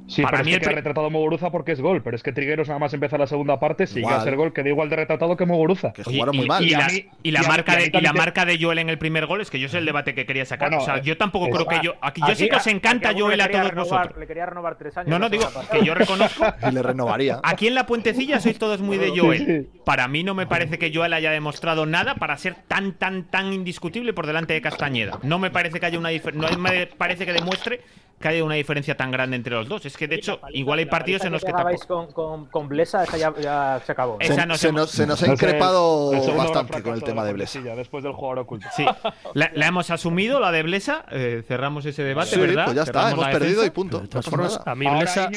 Sí, Para pero mí es el que te ha pri- retratado Mogoruza porque es gol. Pero es que Trigueros nada más empieza la segunda parte, sigue Igual. a ser gol, queda igual de retratado que Mogoruza. Oye, y, Y, la, y la marca de, y la marca de Joel en el primer gol es que yo sé el debate que quería sacar. Bueno, o sea, yo tampoco es- creo que ah, yo. Aquí, yo sé que os a- encanta aquí alguno Joel le a quería todos renovar- vosotros. Le quería renovar tres años. No, no, la digo semana pasada. que yo reconozco. Y le renovaría. Aquí en la puentecilla sois todos muy de Joel. Para mí no me parece que Joel haya demostrado nada para ser tan, tan, tan indiscutible por delante de Castañeda. No me parece que haya una difer- no me parece que demuestre que haya una diferencia tan grande entre los dos. Es que de hecho, igual hay La partidos paliza en los que pegabais tampoco. con, con, con Blesa, esa ya, ya se acabó. Esa Se- no se, hemos- nos, se nos ha No sé, increpado el segundo bastante gran con el tema de Blesa. Después del jugador oculto. Sí, la, la hemos asumido, la de Blesa. eh, cerramos ese debate, Sí, ¿verdad? pues ya está, Cerramos hemos la perdido defensa. y punto. De todas formas, a mí Blesa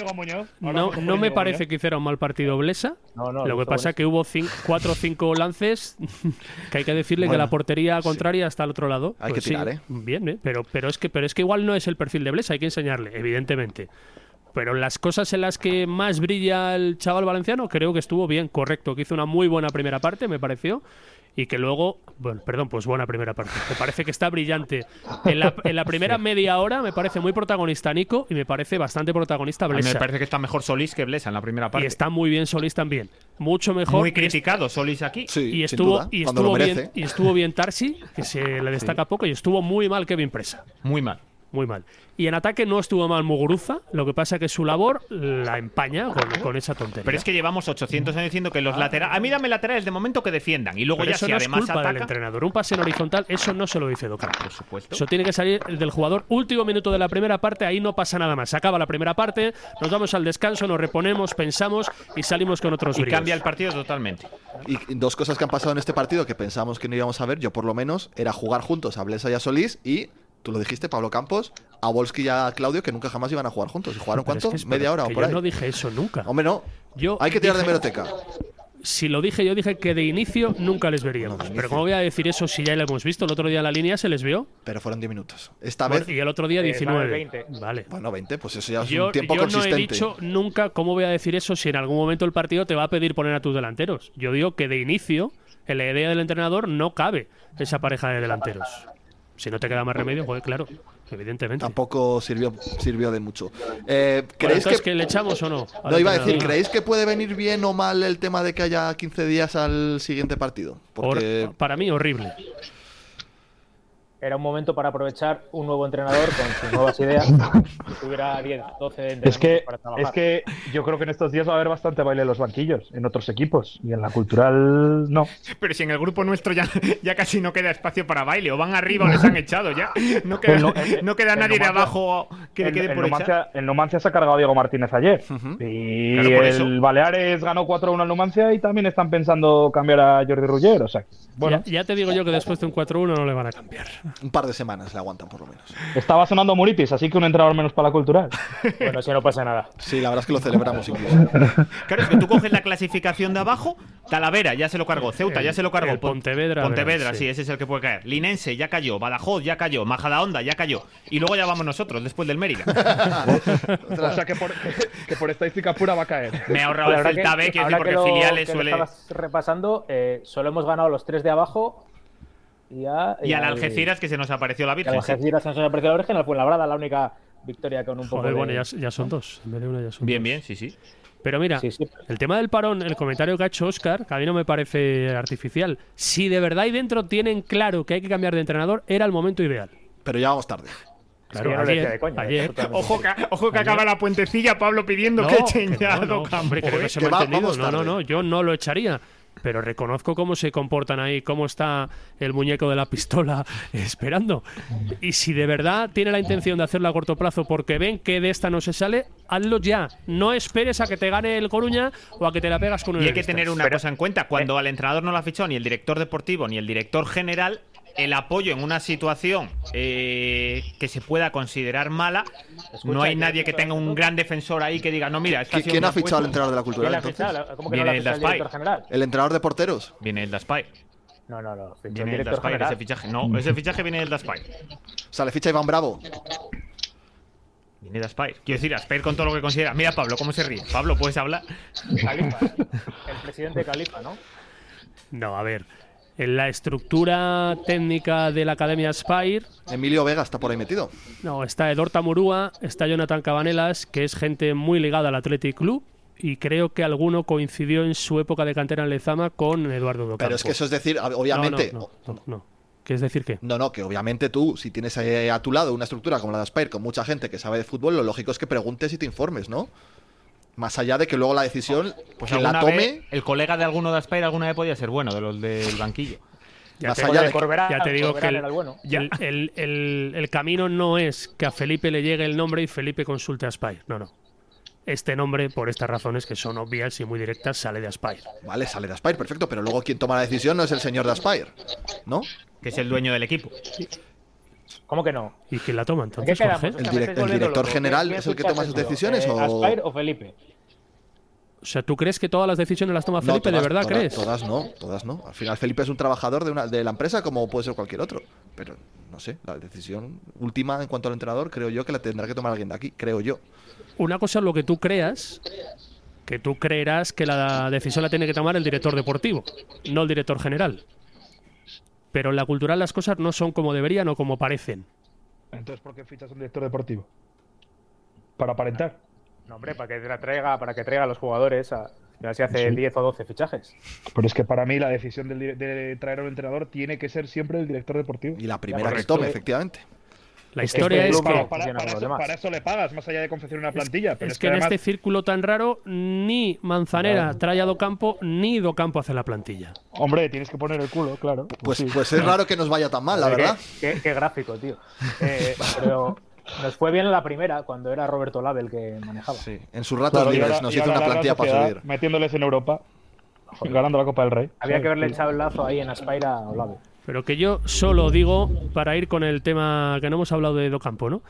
no, no me parece que hiciera un mal partido Blesa. no, lo hizo que pasa buenísimo. es que hubo cin- cuatro o cinco lances que hay que decirle que Bueno, la portería contraria está al otro lado. Hay Pues que tirar, ¿eh? Bien, ¿eh? Pero, pero, es que, pero es que igual no es el perfil de Blesa, hay que enseñarle, evidentemente. Pero las cosas en las que más brilla el chaval valenciano, creo que estuvo bien, correcto, que hizo una muy buena primera parte, me pareció. Y que luego, bueno, perdón, pues buena primera parte. Me parece que está brillante. En la, en la primera media hora me parece muy protagonista Nico y me parece bastante protagonista A mí Blesa. me parece que está mejor Solís que Blesa en la primera Y parte. está muy bien Solís también. Mucho mejor. Muy criticado Solís aquí. y estuvo, y estuvo bien, y estuvo bien Tarsi, que se le destaca poco, y estuvo muy mal Kevin Presa. Muy mal. Muy mal. Y en ataque no estuvo mal Muguruza, lo que pasa que su labor la empaña con, con esa tontería. Ah. Pero es que llevamos 800 años diciendo que los laterales. A mí dame laterales de momento que defiendan. Y luego Pero ya eso si no es además culpa del ataca. entrenador. Un pase en horizontal, eso no se lo dice Doctor. Por supuesto. Eso tiene que salir del jugador. Último minuto de la primera parte, ahí no pasa nada más. Se acaba la primera parte, nos vamos al descanso, nos reponemos, pensamos y salimos con otros Y bríos. cambia el partido totalmente. Y dos cosas que han pasado en este partido que pensamos que no íbamos a ver, yo por lo menos, era jugar juntos a Blesa y a Solís y, tú lo dijiste, Pablo Campos, a Volsky y a Claudio, que nunca jamás iban a jugar juntos. ¿Y jugaron Pero es cuánto? que espera, ¿Media hora o que por yo ahí? no dije eso nunca. Hombre, no. Yo Hay que tirar de dije- meroteca. Si lo dije, yo dije que de inicio nunca les veríamos. Pero ¿cómo voy a decir eso si ya lo hemos visto? El otro día en la línea se les vio. Pero fueron 10 minutos. Esta Bueno, vez. y el otro día Eh, 19. vale, 20. Vale. Bueno, 20, pues eso ya es Yo, un tiempo yo no he consistente. dicho nunca cómo voy a decir eso si en algún momento el partido te va a pedir poner a tus delanteros. Yo digo que de inicio, en la idea del entrenador, no cabe esa pareja de delanteros. Si no te queda más remedio, pues claro, evidentemente. Tampoco sirvió, sirvió de mucho. Eh, Bueno, ¿Creéis entonces, que.? que le echamos o no? al No, iba a entrenador? decir, ¿creéis que puede venir bien o mal el tema de que haya 15 días al siguiente partido? Porque. Hor- para mí, horrible. Era un momento para aprovechar un nuevo entrenador con sus nuevas ideas. Si tuviera 10, 12 de Es que, entrenamientos para trabajar. es que yo creo que en estos días va a haber bastante baile en los banquillos, en otros equipos. Y en la cultural, no. Pero si en el grupo nuestro ya, ya casi no queda espacio para baile, o van arriba o les han echado ya. No queda, El no- no queda el nadie de Numancia- abajo que le El- quede el por echar. Numancia, el Numancia se ha cargado a Diego Martínez ayer. Y Claro, el por eso. Baleares ganó 4-1 al Numancia y también están pensando cambiar a Jordi Ruller. O sea, bueno, Ya, ya te digo yo que después de un 4-1 no le van a cambiar. Un par de semanas le aguantan, por lo menos. estaba sonando Muritis, así que un entrenador menos para la cultural. Bueno, si no pasa nada. Sí, la verdad es que lo celebramos incluso. Claro, es que tú coges la clasificación de abajo, Talavera ya se lo cargó, Ceuta ya se lo cargó, el Pon- Pontevedra, Pontevedra, verás, sí, sí. ese es el que puede caer. Linense ya cayó, Badajoz ya cayó, Majadahonda ya cayó. Y luego ya vamos nosotros, después del Mérida. o sea, que por, que por estadística pura va a caer. Me he ahorrado el Ahora Celta B, quiero decir, ahora porque lo- filiales que lo suele. estabas repasando, eh, solo hemos ganado los tres de abajo y a, Y al al- Algeciras que se nos apareció y la al Virgen. sí. Algeciras nos ha aparecido la Virgen, al Fuenlabrada, la única victoria con un poco Joder, de- bueno, ya, ya son dos. En vez de una ya son Bien, bien, sí, sí. Pero mira, el tema del parón, el comentario que ha hecho Oscar, que a mí no me parece artificial. Si de verdad ahí dentro tienen claro que hay que cambiar de entrenador, era el momento ideal. Pero ya vamos tarde. Claro, Sí, no lo decía de ayer, coña, ayer. Ojo que, ojo que Ayer. acaba la puentecilla, Pablo pidiendo No, que que echen ya a no, no, Docampo. hombre, creo que Joder, se que me ha va- entendido. vamos No, no, tarde. no, yo no lo echaría. Pero reconozco cómo se comportan ahí, cómo está el muñeco de la pistola esperando. Y si de verdad tiene la intención de hacerlo a corto plazo porque ven que de esta no se sale, hazlo ya. No esperes a que te gane el Coruña o a que te la pegas con un Y hay que tener una cosa en cuenta, cuando al entrenador no lo ha fichado ni el director deportivo ni el director general, el apoyo en una situación eh, que se pueda considerar mala, no hay que- nadie que tenga un gran defensor ahí que diga, no, mira, es que ¿Qui- ¿Quién ha fichado al entrenador de la cultura? ¿Quién ha entonces? fichado? ¿Cómo que no lo ha Viene el fichado el Dazpai. director general? ¿El entrenador de porteros? Viene el Daspay. No, no, no. fichó Viene el el director Daspay, general. ese fichaje. No, ese fichaje viene del Daspay. O sea, le ficha Iván Bravo. Viene Daspay. Quiero decir, Daspay con todo lo que considera. Mira, Pablo, cómo se ríe. Pablo, puedes hablar. ¿eh? El presidente Califa, ¿no? No, a ver. En la estructura técnica de la Academia Spire. Emilio Vega está por ahí metido. No, está Edor Tamurúa, está Jonathan Cabanelas, que es gente muy ligada al Athletic Club. Y creo que alguno coincidió en su época de cantera en Lezama con Eduardo Docampo. Pero es que eso es decir, ob- obviamente. No, no, no, no, no. ¿Quieres decir qué? No, no, que obviamente tú, si tienes eh, a tu lado una estructura como la de Aspire con mucha gente que sabe de fútbol, lo lógico es que preguntes y te informes, ¿no? Más allá de que luego la decisión Pues que la alguna tome. vez, el colega de alguno de Daspay alguna vez podía ser bueno, de los del banquillo. Ya te, ya- ya te digo que el, ya el- el- el- el camino no es que a Felipe le llegue el nombre y Felipe consulte a Spire. No, no. Este nombre, por estas razones que son obvias y muy directas, sale de Aspire. Vale, sale de Aspire, perfecto, pero luego quien toma la decisión no es el señor de Aspire, ¿no? Que es el dueño del equipo. ¿Cómo que no? ¿Y quién la toma entonces, ¿Qué quedamos? Jorge? O sea, me estáis volviendo loco. ¿Quién fichaste, tío? Eh, ¿Aspire o Felipe? O sea, ¿tú crees que todas las decisiones las toma No, Felipe? todas- ¿De verdad todas- crees? Todas no, todas no. Al final Felipe es un trabajador de, una, de la empresa como puede ser cualquier otro. Pero no sé, la decisión última en cuanto al entrenador creo yo que la tendrá que tomar alguien de aquí, creo yo. Una cosa es lo que tú creas, que tú creerás que la decisión la tiene que tomar el director deportivo, no el director general. Pero en la cultural las cosas no son como deberían o como parecen. Entonces, ¿por qué fichas un director deportivo? Para aparentar. No, hombre, para que la traiga, para que traiga a los jugadores a. Ya se hace Sí. 10 o 12 fichajes. Pero es que para mí la decisión del dire- de traer a un entrenador tiene que ser siempre el director deportivo. Y la primera que tome, efectivamente. La historia es, que, para, para- para eso, para eso le pagas, más allá de confeccionar una plantilla. pero es que en además- este círculo tan raro ni Manzanera trae a Docampo ni Docampo hace la plantilla. Hombre, tienes que poner el culo, claro. Pues, pues es raro que nos vaya tan mal, la Oye, qué- verdad. Qué, qué gráfico, tío. Eh, pero nos fue bien la primera, cuando era Roberto Lab el que manejaba. En sus ratos Claro, y libres ahora- nos y hizo ahora una la Real plantilla para Sociedad subir. Metiéndoles en Europa, ganando la Copa del Rey. Había que haberle Sí. echado el lazo ahí en Aspira a Olave. Pero que yo solo digo, para ir con el tema que no hemos hablado de Docampo, ¿no?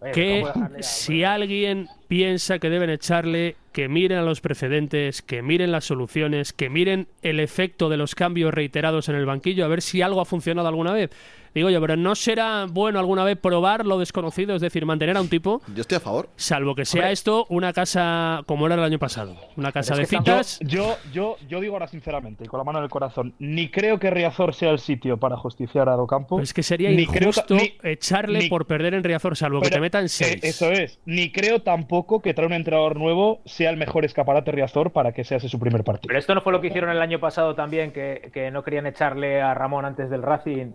Oye, que ¿cómo dejarle a- si alguien piensa que deben echarle, que miren a los precedentes, que miren las soluciones, que miren el efecto de los cambios reiterados en el banquillo, a ver si algo ha funcionado alguna vez. Digo yo, pero ¿no será bueno alguna vez probar lo desconocido, es decir, mantener a un tipo, Yo estoy a favor. salvo que sea esto una casa como era el año pasado? Una casa de citas. Yo, yo, yo, yo digo ahora sinceramente y con la mano en el corazón, ni creo que Riazor sea el sitio para justiciar a Docampo. Pues que sería ni creo injusto ta- ni- echarle ni- por perder en Riazor, salvo que Pero, te metan eh, seis. Eso es. Ni creo tampoco que traer un entrenador nuevo sea el mejor escaparate Riazor para que sea ese su primer partido. Pero esto no fue lo que hicieron el año pasado también, que, que no querían echarle a Ramón antes del Racing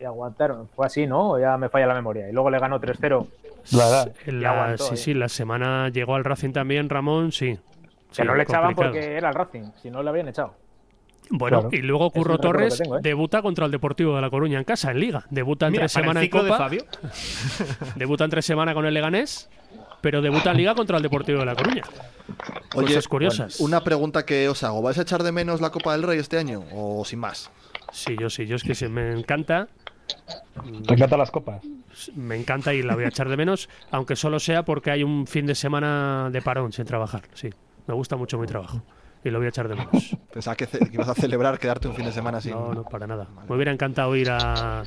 y aguantaron. Fue así, ¿no? Ya me falla la memoria. Y luego le ganó 3-0. La verdad. En Y la- aguantó, sí, eh. sí, la semana llegó al Racing también, Ramón, sí. Que Sí, no le echaban complicado. porque era el Racing, si no le habían echado. Bueno, Claro. y luego Es un Curro recuerdo que Torres tengo, ¿eh? debuta contra el Deportivo de La Coruña en casa, en Liga. Debuta en Mira, tres para el semanas en ciclo de Copa. Fabio. Debuta en tres semanas con el Leganés, pero debuta en Liga contra el Deportivo de La Coruña. Cosas curiosas. bueno, una pregunta que os hago. ¿Vais a echar de menos la Copa del Rey este año o sin más? Sí, yo sí, yo es que sí, me encanta, Te encantan las copas. me encanta y la voy a echar de menos, aunque solo sea porque hay un fin de semana de parón sin trabajar. Sí, me gusta mucho mi trabajo y lo voy a echar de menos. Pensaba que, ce- que ibas a celebrar quedarte un fin de semana sin. No, no, para nada. Me hubiera encantado ir a.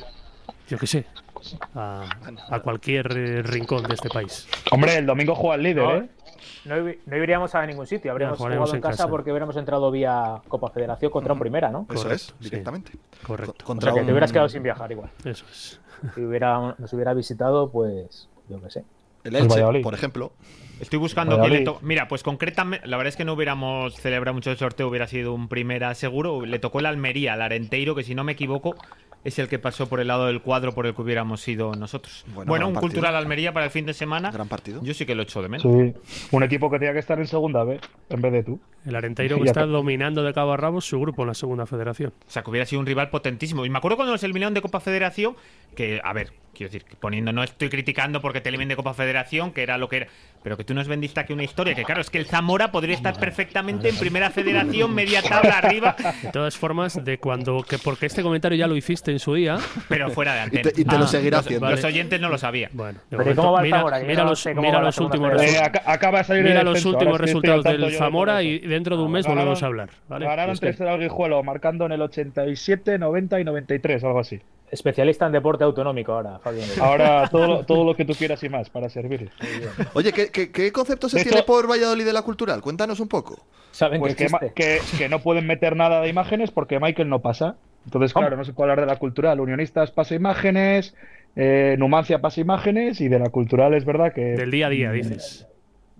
Yo qué sé. A, a cualquier eh, rincón de este país. Hombre, el domingo juega el líder, No, ¿eh? no ibi- no iríamos a ningún sitio, habríamos jugaremos jugado en en casa, casa. porque hubiéramos entrado vía Copa Federación contra un primera, ¿no? Eso es, Correcto, sí. directamente. Correcto. O sea, Contra que un- te hubieras quedado sin viajar igual. Eso es. Si hubiera, nos hubiera visitado, pues yo qué sé. El Elche, por ejemplo. Estoy buscando quién le Valladolid. tocó. Mira, pues concretamente, la verdad es que no hubiéramos celebrado mucho el sorteo, hubiera sido un primera seguro. Le tocó el Almería, el Arenteiro, que si no me equivoco, es el que pasó por el lado del cuadro por el que hubiéramos sido nosotros. Bueno, gran un partido. cultural Almería para el fin de semana. Gran partido. Yo sí que lo echo de menos. Sí, un equipo que tenía que estar en segunda B en vez de tú. El Arenteiro que Ya está te- dominando de cabo a rabo su grupo en la segunda federación. O sea, que hubiera sido un rival potentísimo. Y me acuerdo cuando nos eliminaron de Copa Federación, que, a ver, quiero decir, que poniendo, no estoy criticando porque te eliminen de Copa Federación, que era lo que era, pero que tú nos vendiste aquí una historia, que claro, es que el Zamora podría estar perfectamente en Primera Federación, media tabla arriba, De todas formas, de cuando que porque este comentario ya lo hiciste en su día, pero fuera de antena. Ah, los- Los oyentes no lo sabían. Bueno, de momento, mira, mira los, mira los últimos Eh, resultados. aca- acaba de salir mira del los descenso, últimos ahora estoy resultados al tanto del yo de Zamora todo Ah, y dentro de un mes volvemos a hablar. ¿vale? Ganaron Espera. 3 al Guijuelo, marcando en el 87, 90 y 93, algo así. Especialista en deporte autonómico ahora, Fabián. Ahora todo, lo- todo lo que tú quieras y más para servir. Oye, ¿qué, qué, qué concepto se De tiene hecho- por Valladolid de la cultural? Cuéntanos un poco. Pues que, ma- que- que no pueden meter nada de imágenes porque Michael no pasa. Entonces, claro, no se puede hablar de la cultural. Unionistas pasa imágenes, eh, Numancia pasa imágenes y de la cultural es verdad que. Del día a día, dices.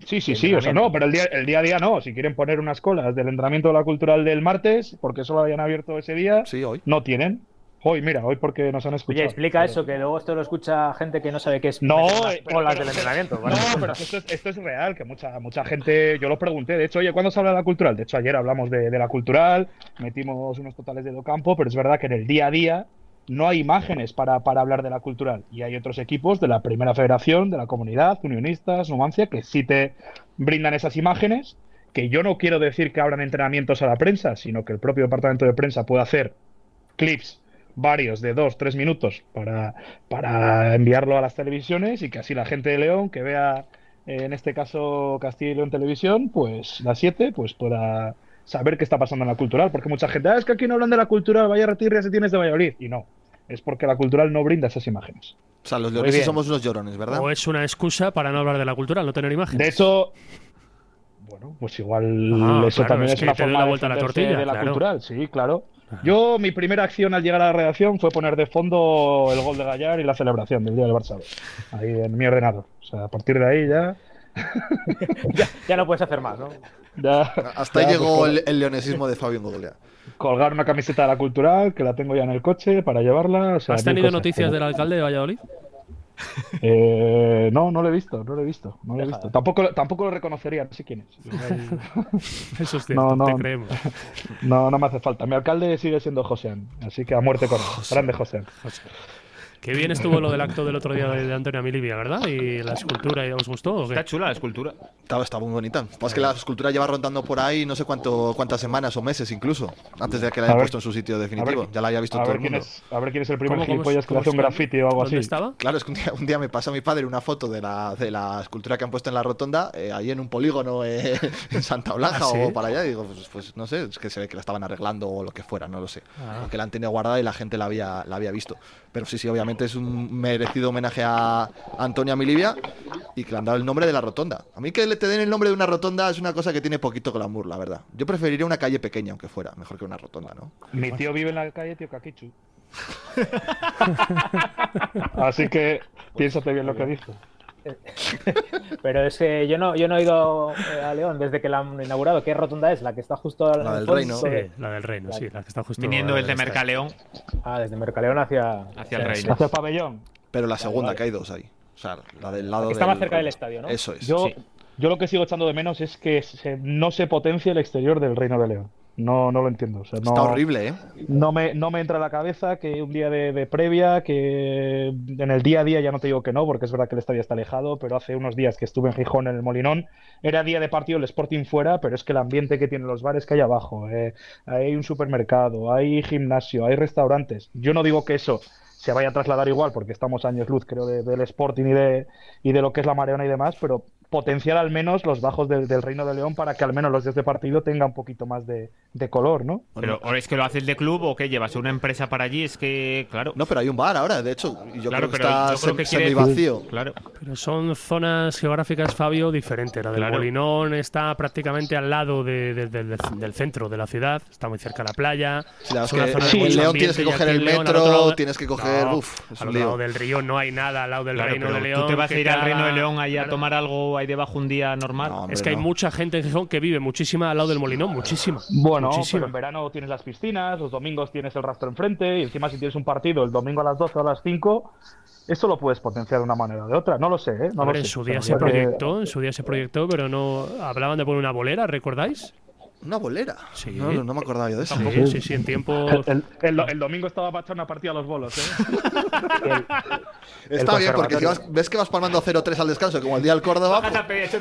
Sí, sí, sí, o sea, no, pero el día, el día a día no. Si quieren poner unas colas del entrenamiento de la cultural del martes, porque solo habían abierto ese día, no tienen. Hoy, mira, hoy porque nos han escuchado. Oye, explica eso, que luego esto lo escucha gente que no sabe qué es. No, meter unas eh, pero- bolas pero- del entrenamiento. No, pero que esto, es- esto es real, que mucha mucha gente, yo lo pregunté, de hecho, oye, ¿cuándo se habla de la cultural? De hecho, ayer hablamos de, de la cultural, metimos unos totales de Docampo, pero es verdad que en el día a día no hay imágenes para, para hablar de la cultural. Y hay otros equipos de la Primera Federación, de la Comunidad, Unionistas, Numancia, que sí te brindan esas imágenes, que yo no quiero decir que abran entrenamientos a la prensa, sino que el propio departamento de prensa puede hacer clips varios de dos, tres minutos para, para enviarlo a las televisiones y que así la gente de León que vea eh, en este caso Castilla y León Televisión, pues las 7, pues pueda saber qué está pasando en la cultural, porque mucha gente, "Ah, es que aquí no hablan de la cultural, vaya retirria se tienes de Valladolid, y no, es porque la cultural no brinda esas imágenes. O sea, los Muy leoneses bien. somos unos llorones, ¿verdad? O es una excusa para no hablar de la cultura, no tener imágenes. De hecho, Pues igual Ah, eso claro, también es es, que una te doy forma la de, vuelta a la defenderse tortilla, de la claro. cultural, sí, claro. Yo, mi primera acción al llegar a la redacción fue poner de fondo el gol de Gallar y la celebración del día del Barça. Ahí en mi ordenador. O sea, a partir de ahí ya. Ya no puedes hacer más, ¿no? ya- Hasta ahí ya, llegó pues, el, el leonesismo de Fabián Gogolea. Colgar una camiseta de la cultural, que la tengo ya en el coche para llevarla. o sea, ¿Has mil tenido cosas, noticias pero- del alcalde de Valladolid? Eh, no, no lo he visto, no lo he visto, no lo he visto. Tampoco, tampoco lo reconocería, no sé quién es. Eso es No, cierto, no. te creemos. No, no me hace falta. Mi alcalde sigue siendo Josean, así que a muerte con él. Grande Josean. Qué bien estuvo lo del acto del otro día de de Antonio Milivia, ¿verdad? Y la escultura, ¿y ¿os gustó? o qué? Está chula la escultura. Está, está muy bonita. Lo que pasa es Pues que la escultura lleva rondando por ahí no sé cuánto, cuántas semanas o meses incluso, antes de que la A haya ver. puesto en su sitio definitivo. A ver- ya la haya visto a todo ver el quién mundo. es- a ver quién es el primer ¿Cómo- cómo gilipollas es- que le hace cómo un se llama? graffiti o algo ¿Dónde así. estaba? Claro, es que un día, un día me pasó a mi padre una foto de la, de la escultura que han puesto en la rotonda, eh, ahí en un polígono eh, en Santa Blaja ¿Ah, sí? o para allá. Y digo, pues, pues no sé, es que se ve que la estaban arreglando o lo que fuera, no lo sé. Ah. O que la han tenido guardada y la gente la había, la había visto. Pero sí, sí, obviamente es un merecido homenaje a Antonio Milivia y que le han dado el nombre de la rotonda. A mí que le te den el nombre de una rotonda es una cosa que tiene poquito glamour, la verdad. Yo preferiría una calle pequeña, aunque fuera, mejor que una rotonda, ¿no? Mi tío vive en la calle Tío Kakichu. Así que piénsate bien lo que dices. Pero es que yo no, yo no he ido eh, a León desde que la han inaugurado. ¿Qué rotunda es? La que está justo al al fondo de- Sí, la del reino, sí, la que está justo. Viniendo desde Mercaleón. Ah, desde Mercaleón hacia, Hacia el reino. Hacia el pabellón. Pero la segunda, que hay dos ahí. O sea, la del lado que estaba del- cerca del estadio, ¿no? Eso es. Yo, sí. yo lo que sigo echando de menos es que se- no se potencia el exterior del Reino de León. No, no lo entiendo. o sea, no- Está horrible, ¿eh? No me, no me entra a la cabeza que un día de, de previa, que en el día a día ya no te digo que no, porque es verdad que el estadio está alejado, pero hace unos días que estuve en Gijón, en el Molinón, era día de partido el Sporting fuera, pero es que el ambiente que tienen los bares que hay abajo, eh, hay un supermercado, hay gimnasio, hay restaurantes. Yo no digo que eso se vaya a trasladar igual, porque estamos años luz, creo, de- del Sporting y de, y de lo que es la Mareona y demás, pero potenciar al menos los bajos del, del Reino de León para que al menos los días de partido tengan un poquito más de, de color, ¿no? Pero ¿o es que lo haces de club o que llevas una empresa para allí, es que, claro. No, pero hay un bar ahora, de hecho. y Yo Claro, creo que pero está yo creo sem- que quiere- semivacío. Claro. Pero son zonas geográficas, Fabio, diferentes. La del Claro. Molinón está prácticamente al lado de- de- de- de- del centro de la ciudad, está muy cerca de la playa. Sí, la verdad Es es una que zona de en buen León ambiente, tienes que y aquí coger el en León, al metro, otro lado de- tienes que coger- uf, es al un otro lado lío. del río no hay nada, al lado del Claro, Reino pero de León. ¿Tú te vas a que ir al te haga- Reino de León ahí a tomar algo ahí debajo un día normal? es que hay mucha gente en Gijón que vive muchísima al lado del Molinón, muchísima. Bueno, pero muchísima. en verano tienes las piscinas, los domingos tienes el rastro enfrente y encima si tienes un partido el domingo a las 12 o a las 5, eso lo puedes potenciar de una manera o de otra. No lo sé, ¿eh? No lo Hombre, en sé. su día Pero se yo creo que- proyectó, en su día se proyectó, pero no hablaban de poner una bolera, ¿recordáis? ¿Una bolera? Sí. No, no me acordaba yo de eso. Sí, sí, sí, en tiempo. El, el- el domingo estaba para echar una partida a los bolos, ¿eh? Está el bien, porque si conservatorio. vas- ves que vas palmando 0-3 al descanso, como el día del Córdoba, pues,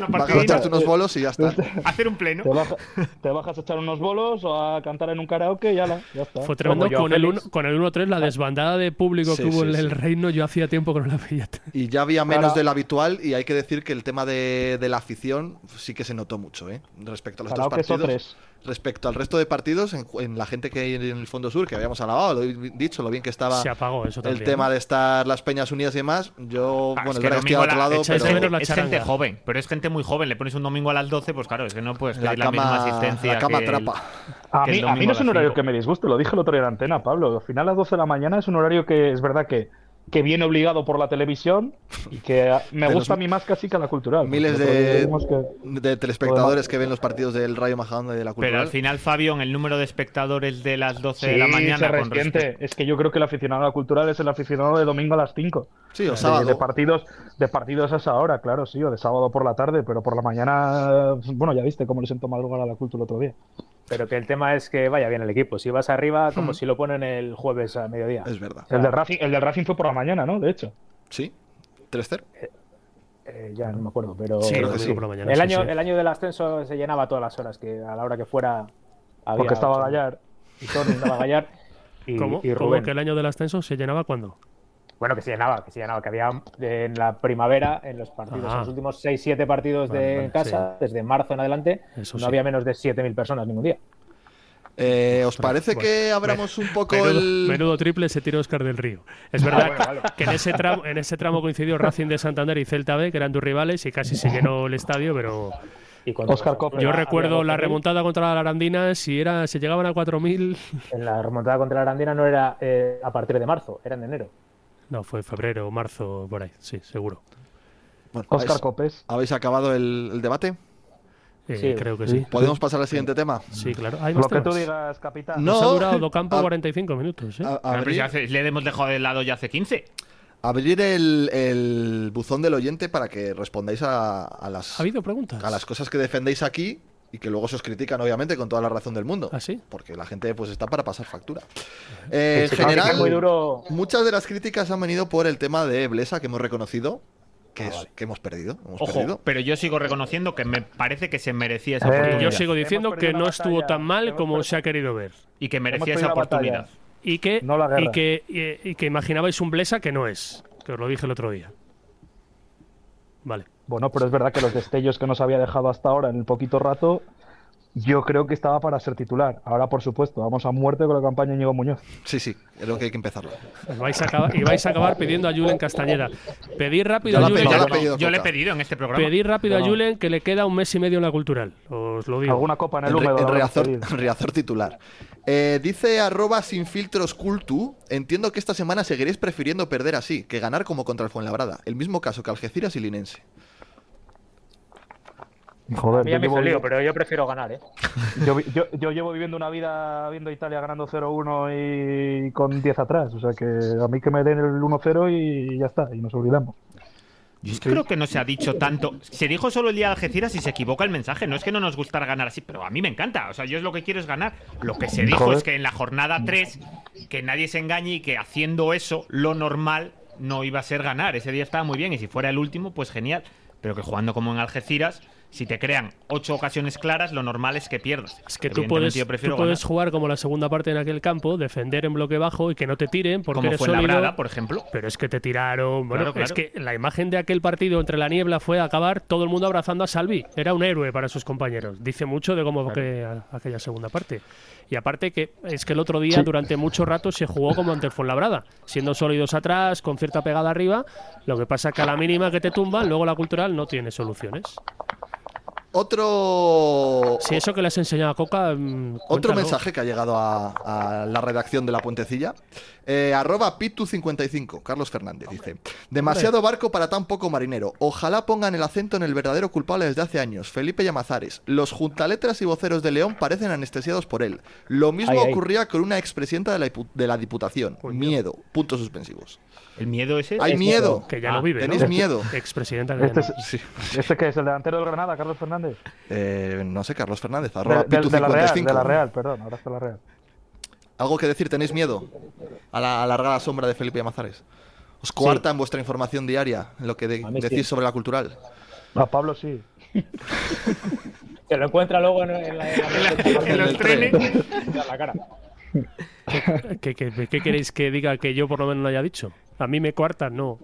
vas a echarte eh, unos bolos y ya está. Hacer un pleno. Te, baja- te bajas a echar unos bolos o a cantar en un karaoke y ala, ya está. Fue tremendo Como yo, con el, Félix. uno- con el 1-3, Ah. la desbandada de público Sí, que hubo sí, en el sí. reino. Yo hacía tiempo que no la veía. Y ya había menos Para- del habitual y hay que decir que el tema de, de la afición sí que se notó mucho, ¿eh? Respecto a los Karaoke otros son partidos. Respecto al resto de partidos, en, en la gente que hay en el fondo sur, que habíamos alabado, lo he dicho, lo bien que estaba Se apagó eso el también. Ah, Ah, tema de estar las peñas unidas y demás, yo, bueno, es verdad que estoy domingo a al la- otro lado, echáis de pero menos la es gente joven, pero es gente muy joven. Le pones un domingo a las 12, pues claro, es que no puedes La pedir la, cama- misma asistencia. la cama que el- atrapa. A que el mí, a mí domingo no a es un las horario cinco. que me disguste, lo dije el otro día en antena, Pablo. Al final, a las 12 de la mañana es un horario que es verdad que, que viene obligado por la televisión y que a- me De gusta a los mí más casi que a la cultural. miles El otro día de, vimos que- de telespectadores que ven los partidos del Rayo Majadahonda y de la Pero Cultural. al final, Fabio, en el número de espectadores de las 12 de la Sí, se mañana, con resiente. respecto- Es que yo creo que el aficionado a la cultural es el aficionado de domingo a las 5. Sí, o de, sábado. De partidos, de partidos a esa hora, claro, sí, o de sábado por la tarde, pero por la mañana. Bueno, ya viste cómo le sentó madrugar a la cultura el otro día. Pero que el tema es que vaya bien el equipo. Si vas arriba, como si lo ponen el jueves a mediodía. Es verdad. Hmm. El del Racing, el del Racing fue por la mañana, ¿no? De hecho. Sí, 3-0. Eh, ya no me acuerdo, pero Sí, creo que sí. por la mañana, el, sí, año, sí. el año del ascenso se llenaba todas las horas, que a la hora que fuera había Porque estaba ocho. Gallar. Y Tony estaba Gallar Mm, y, ¿Cómo? y ¿Cómo Rubén. que el año del ascenso se llenaba cuando? Bueno, que se llenaba, que se llenaba, que había eh, en la primavera, en los partidos, Ah. en los últimos 6-7 partidos Vale, de vale, casa, desde marzo en adelante, Eso no sí. había menos de 7.000 personas ningún día. Eh, ¿Os parece Bueno, que bueno. abramos un poco pues, menudo, el. menudo triple se tiró Oscar del Río. Es Ah, verdad bueno, vale. que en ese, tramo, en ese tramo coincidió Racing de Santander y Celta B, que eran tus rivales, y casi se llenó el estadio, pero Y cuando Oscar Coppe. yo Había recuerdo la 12.000. remontada contra la Arandina, si era, se llegaban a 4.000, En la remontada contra la Arandina no era eh, a partir de marzo, era en enero. no, fue febrero, marzo, por ahí, sí, seguro. Bueno, Oscar ¿habéis, Copés. habéis acabado el, el debate? Eh, Sí. creo que sí. ¿Podemos pasar al siguiente tema? Sí, claro. Hay más Lo que tú temas. digas, capitán. Nos ha No. durado Docampo A- 45 minutos, ¿eh? A- Claro, pero si abrir, hace- le hemos dejado de lado ya hace 15. abrir el, el buzón del oyente para que respondáis a, a las, ¿Ha habido preguntas? a las cosas que defendéis aquí y que luego se os critican, obviamente, con toda la razón del mundo. ¿Ah, sí? Porque la gente pues está para pasar factura. Eh, en Se sabe que general, es muy duro muchas de las críticas han venido por el tema de Blesa, que hemos reconocido que, es- que hemos perdido. Hemos Ojo, perdido. pero yo sigo reconociendo que me parece que se merecía esa Eh, oportunidad. Yo sigo Hemos diciendo perdido que la no batalla, estuvo tan mal hemos como perdido- se ha querido ver. Y que Hemos merecía perdido esa la oportunidad. batalla. Y que, No la guerra. y que, y- y que imaginabais un Blesa que no es. Que os lo dije el otro día. Vale. Bueno, pero es verdad que los destellos que nos había dejado hasta ahora en el poquito rato, yo creo que estaba para ser titular. Ahora, por supuesto, vamos a muerte con la campaña de Íñigo Muñoz. Sí, sí, es lo que hay que empezarlo. Os vais a acabar, y vais a acabar pidiendo a Julen Castañeda. Pedid rápido Ya la a Julen. pedí, ya la No, pedido yo le he Coca. pedido en este programa. Pedid rápido a No. Julen que le queda un mes y medio en la cultural. Os lo digo. Alguna copa en el En, Re- húmedo. en la habremos Riazor, perdido. en Riazor titular. Eh, dice arroba sin filtros cultu. Entiendo que esta semana seguiréis prefiriendo perder así que ganar como contra el Fuenlabrada. El mismo caso que Algeciras y Linense. A Joder, mí yo ya me hizo llevo, lío, pero yo prefiero ganar, ¿eh? yo vi- yo- yo llevo viviendo una vida viendo a Italia ganando 0-1 y con 10 atrás. O sea que a mí que me den el 1-0 y ya está, y nos olvidamos. Yo es que Mm, creo que no se ha dicho tanto. Se dijo solo el día de Algeciras y se equivoca el mensaje. No es que no nos gustara ganar así, pero a mí me encanta. O sea, yo es lo que quiero es ganar. Lo que se dijo Joder. es que en la jornada 3, que nadie se engañe y que haciendo eso, lo normal no iba a ser ganar. Ese día estaba muy bien y si fuera el último, pues genial. Pero que jugando como en Algeciras, Si te crean ocho ocasiones claras, lo normal es que pierdas. Es que tú puedes, yo prefiero tú puedes ganar. jugar como la segunda parte en aquel campo, defender en bloque bajo y que no te tiren porque Como eres fue en sólido. Labrada, por ejemplo. Pero es que te tiraron. Bueno, Claro, es claro. que la imagen de aquel partido entre la niebla fue acabar todo el mundo abrazando a Salvi. Era un héroe para sus compañeros. Dice mucho de cómo fue Claro. que a- aquella segunda parte. Y aparte que es que el otro día durante mucho rato se jugó como ante el Fuenlabrada, siendo sólidos atrás, con cierta pegada arriba. Lo que pasa que a la mínima que te tumban, luego la cultural no tiene soluciones. Otro. Si eso que le has enseñado a Coca. mm, Otro cuéntalo. mensaje que ha llegado a, a la redacción de La Puentecilla. Eh, arroba pitu55, Carlos Fernández, dice. Demasiado barco para tan poco marinero. Ojalá pongan el acento en el verdadero culpable desde hace años, Felipe Llamazares. Los juntaletras y voceros de León parecen anestesiados por él. Lo mismo Ay, ay. ocurría con una expresidenta de la, ipu- de la Diputación. Miedo. Puntos suspensivos. El miedo ese. Hay miedo. Ah. Que ya no vive, ¿no? Tenéis miedo. Expresidenta Este es, ¿Este que es? ¿El delantero del Granada, Carlos Fernández? Eh, no sé, Carlos Fernández, De, arroba del- de la Real, pitu55. de la Real, perdón, ahora está la Real. ¿Algo que decir? ¿Tenéis miedo a la, a la larga sombra de Felipe Amazares? ¿Os coartan vuestra información diaria en lo que de- mí sí. decís sobre la cultural? A Pablo sí. Se lo encuentra luego en, en la, en la- en los el trenes. tren. Da la cara. ¿Qué, qué, qué queréis que diga que yo por lo menos no haya dicho? A mí me coartan, no.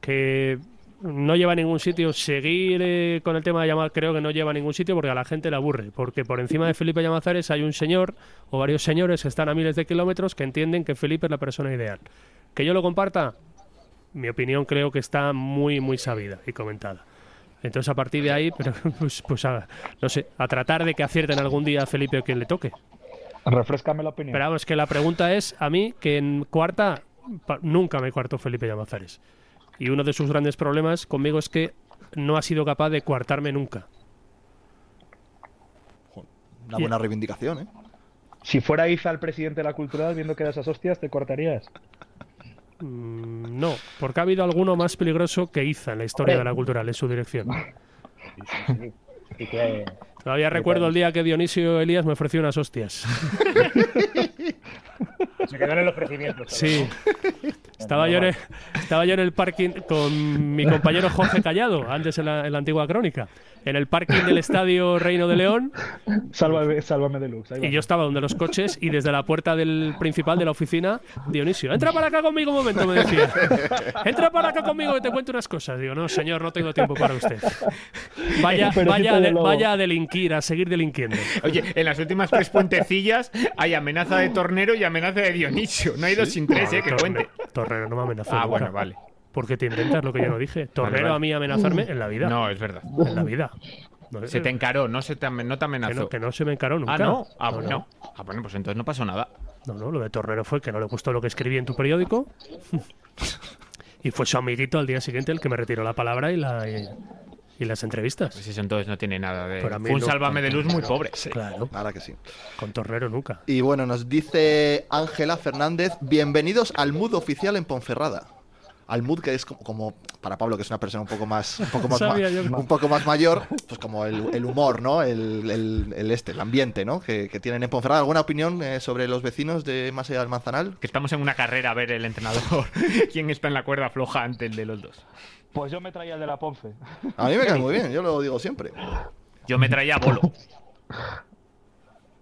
Que no lleva a ningún sitio. Seguir eh, con el tema de llamar creo que no lleva a ningún sitio porque a la gente le aburre. Porque por encima de Felipe Llamazares hay un señor o varios señores que están a miles de kilómetros que entienden que Felipe es la persona ideal. Que yo lo comparta, mi opinión creo que está muy, muy sabida y comentada. Entonces a partir de ahí, pero, pues, pues a- no sé, a tratar de que acierten algún día a Felipe o quien le toque. Refrescame la opinión. Pero vamos, que la pregunta es a mí que en cuarta pa- nunca me cuartó Felipe Llamazares. Y uno de sus grandes problemas conmigo es que no ha sido capaz de coartarme nunca. Una buena reivindicación, ¿eh? Si fuera Iza el presidente de la cultural, viendo que das esas hostias, te cortarías. Mm, No, porque ha habido alguno más peligroso que Iza en la historia de la cultural, en su dirección. Y que- Todavía recuerdo el día que Dionisio Elías me ofreció unas hostias. Se quedó en el ofrecimiento. Sí. Estaba yo, en el, estaba yo en el parking con mi compañero Jorge Callado, antes en la, en la antigua crónica, en el parking del Estadio Reino de León, Sálvame, sálvame deluxe. ahí y va. yo estaba donde los coches y desde la puerta del principal de la oficina, Dionisio, entra para acá conmigo un momento, me decía. Entra para acá conmigo que te cuento unas cosas. Digo, no, señor, no tengo tiempo para usted. Vaya, Pero sí vaya, a puede de- luego. vaya a delinquir, a seguir delinquiendo. Oye, en las últimas tres puentecillas hay amenaza de Tornero y amenaza de Dionisio. No hay dos sin tres, ¿eh? Que cuente. Torrero no me amenazó. Ah, nunca. bueno, vale. Porque te inventas lo que yo no dije. Torrero vale. a mí amenazarme en la vida. No, es verdad. En la vida. Se te encaró, no, se te, amen- no te amenazó. Que no- que no se me encaró nunca. Ah, no. Ah, No, bueno. no. Ah, bueno, pues entonces no pasó nada. No, no, lo de Torrero fue que no le gustó lo que escribí en tu periódico. y fue su amiguito al día siguiente el que me retiró la palabra y, la, y, y las entrevistas. Pues eso entonces no tiene nada de. Pero a mí Fue un no. sálvame de luz muy pobre. Claro. Ahora que sí. Con Torrero nunca. Y bueno, nos dice Ángela Fernández, bienvenidos al MUD oficial en Ponferrada. Al MUD que es como, como- para Pablo, que es una persona un poco más, un poco más, ma- Sabía yo que- un poco más mayor, pues como el, el humor, ¿no? El, el- el este, el ambiente, ¿no? Que, que tienen en Ponferrada. ¿Alguna opinión eh, sobre los vecinos de más allá del Manzanal? Que estamos en una carrera a ver el entrenador. ¿Quién está en la cuerda floja ante el de los dos? Pues yo me traía el de la Ponce. A mí me cae muy bien, yo lo digo siempre. Yo me traía a bolo.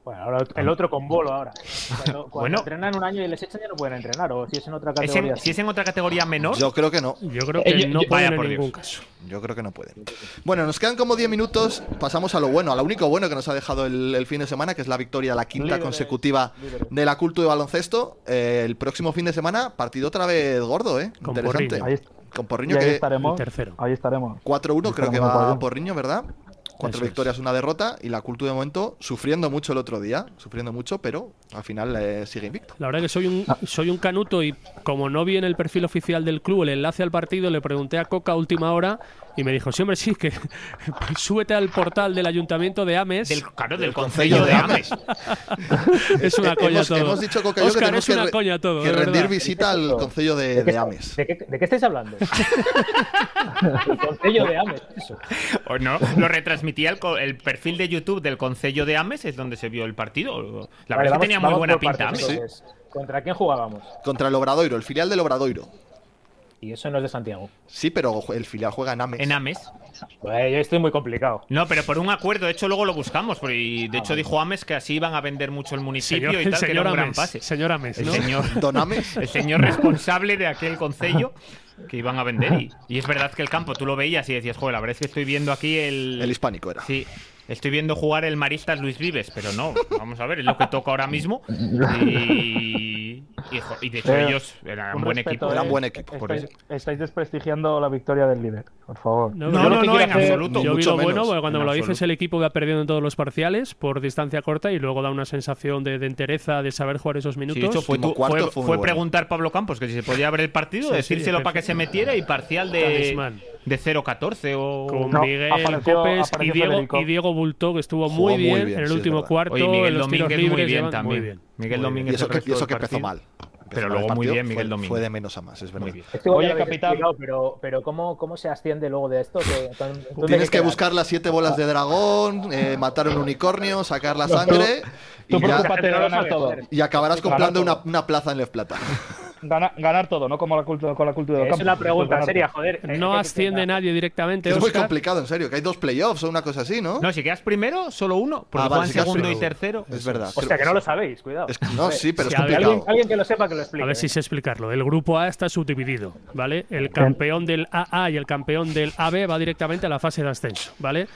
Bueno, ahora el otro con bolo ahora. Cuando, cuando Bueno. entrenan un año y les echan ya no pueden entrenar. O si es en otra Es en- categoría. si es en otra categoría menor. Yo creo que no. Yo creo que no puede Eh, vaya en por ningún Dios. caso. Yo creo que no pueden. Bueno, nos quedan como 10 minutos. Pasamos a lo bueno, a lo único bueno que nos ha dejado el, el fin de semana, que es la victoria, la quinta Líderes, consecutiva líderes. de la culto de baloncesto. Eh, el próximo fin de semana, partido otra vez gordo, ¿eh? Con Interesante. Porriño. Ahí est- Con Y Porriño ahí que estaremos. tercero. Ahí estaremos. 4-1 creo que Estamos de va acuerdo. Porriño, ¿verdad? Cuatro Eso es. victorias, una derrota y la cultura de momento sufriendo mucho el otro día, sufriendo mucho, pero al final eh, sigue invicto. La verdad que soy un, soy un canuto y como no vi en el perfil oficial del club el enlace al partido, le pregunté a Coca a última hora y me dijo, siempre sí, que súbete al portal del ayuntamiento de Ames. Del, claro, del Concello concello de de Ames. es una Eh, coña hemos, todo. hemos dicho Coca y yo, que Óscar, tenemos es una re- coña todo, que de rendir verdad. visita al concello de, de Ames. ¿De qué, de qué estáis hablando? el concello de Ames, eso. O no, lo retransmitía el, co- el perfil de YouTube del concello de Ames, es donde se vio el partido. La Vale, verdad es que vamos- tenía muy vamos buena por pinta partes, Ames. entonces. ¿Contra quién jugábamos? Contra el Obradoiro, el filial del Obradoiro. Y eso no es de Santiago. Sí, pero el filial juega en Ames. En Ames. Pues yo estoy muy complicado. No, pero por un acuerdo, de hecho luego lo buscamos, pero y Ah, de hecho dijo Ames que así iban a vender mucho el municipio Señor- y tal, el que era un señor gran Ames, pase. señor Ames, el ¿no? señor, Don Ames. El señor responsable de aquel concello que iban a vender. Y, y es verdad que el campo, tú lo veías y decías, joder, la verdad es que estoy viendo aquí el... El hispánico era. Sí. Estoy viendo jugar el Maristas Luis Vives, pero no, vamos a ver, es lo que toca ahora mismo. Y, y, jo- y de hecho Eh, ellos eran con un buen respeto, equipo. eh, estáis, estáis desprestigiando la victoria del líder, por favor. No, Yo lo que quiero en hacer- absoluto. Yo vi lo bueno, porque cuando me lo dices, el equipo va perdiendo en todos los parciales por distancia corta y luego da una sensación de, de entereza, de saber jugar esos minutos. Sí, de hecho, fue, tu- fue- fue preguntar Pablo Campos que si se podía abrir el partido, Sí, sí, decírselo para que se metiera y parcial de, Talismán. de 0-14 o Con Miguel Copes y Diego, y Diego Bulto, que estuvo Jugó muy muy bien, bien, en el sí, es último verdad. cuarto. Oye, Miguel en los tiros Domínguez muy libres bien llevan- también. Muy bien. Miguel Muy bien. Domínguez Y eso el que, resto y eso del que empezó partido. mal. Empezó Pero mal luego el muy partido, bien Miguel fue- Domínguez. Fue de menos a más, es verdad. Este voy a haber explicado, Pero, pero ¿cómo, ¿cómo se asciende luego de esto? ¿Qué- dónde- dónde Tienes que quedas? buscar las siete bolas de dragón, eh, matar un unicornio, sacar la sangre tú y, ya- preocúpate de ganar todo. y acabarás Ganar comprando todo. una, una plaza en Lef Plata. Gana- ganar todo, no como la cultura, con la cultura del campo. Pues Ganar todo. Eh, No asciende nadie directamente. Es muy Óscar. complicado, en serio, que hay dos playoffs o una cosa así, ¿no? No, si quedas primero, solo uno, porque Ah, vale, juegan si quedas segundo y primero. tercero. Es verdad. O sea, que no lo sabéis, cuidado. Es que- no, sí, pero Sí, es a ver, complicado. Alguien que lo sepa que lo explique. A ver si sé explicarlo. El grupo A está subdividido, ¿vale? El campeón del AA y el campeón del AB va directamente a la fase de ascenso, ¿vale?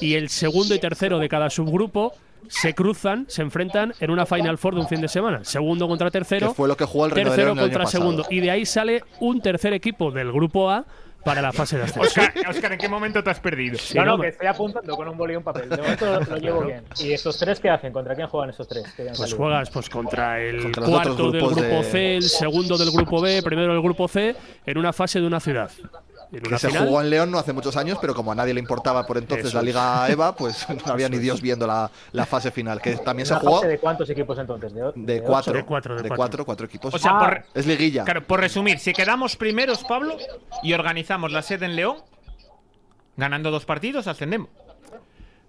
Y el segundo y tercero de cada subgrupo se cruzan, se enfrentan en una Final Four de un fin de semana. Segundo contra tercero. Que fue lo que jugó el Reino de Tercero León el año contra pasado. segundo. Y de ahí sale un tercer equipo del grupo A para la fase de ascenso. Oscar, Oscar, ¿en qué momento te has perdido? Sí, No, no, no, que estoy apuntando con un boli y un papel. De momento lo, lo llevo bien. ¿Y esos tres qué hacen? ¿Contra quién juegan esos tres? que hayan Pues salido? juegas pues contra el Contra los cuarto otros del grupos grupo de- C, el segundo del grupo B, primero del grupo C, en una fase de una ciudad. En Que una se final. jugó en León no hace muchos años, pero como a nadie le importaba por entonces Eso la es. Liga EVA, pues no había ni Dios viendo la, la fase final, que también se ¿Una jugó fase ¿De cuántos equipos entonces? ¿De, o- de ocho? cuatro. de cuatro, cuatro equipos. O sea, Ah. por- es liguilla. Claro, por resumir, si quedamos primeros, Pablo, y organizamos la sede en León, ganando dos partidos, ascendemos.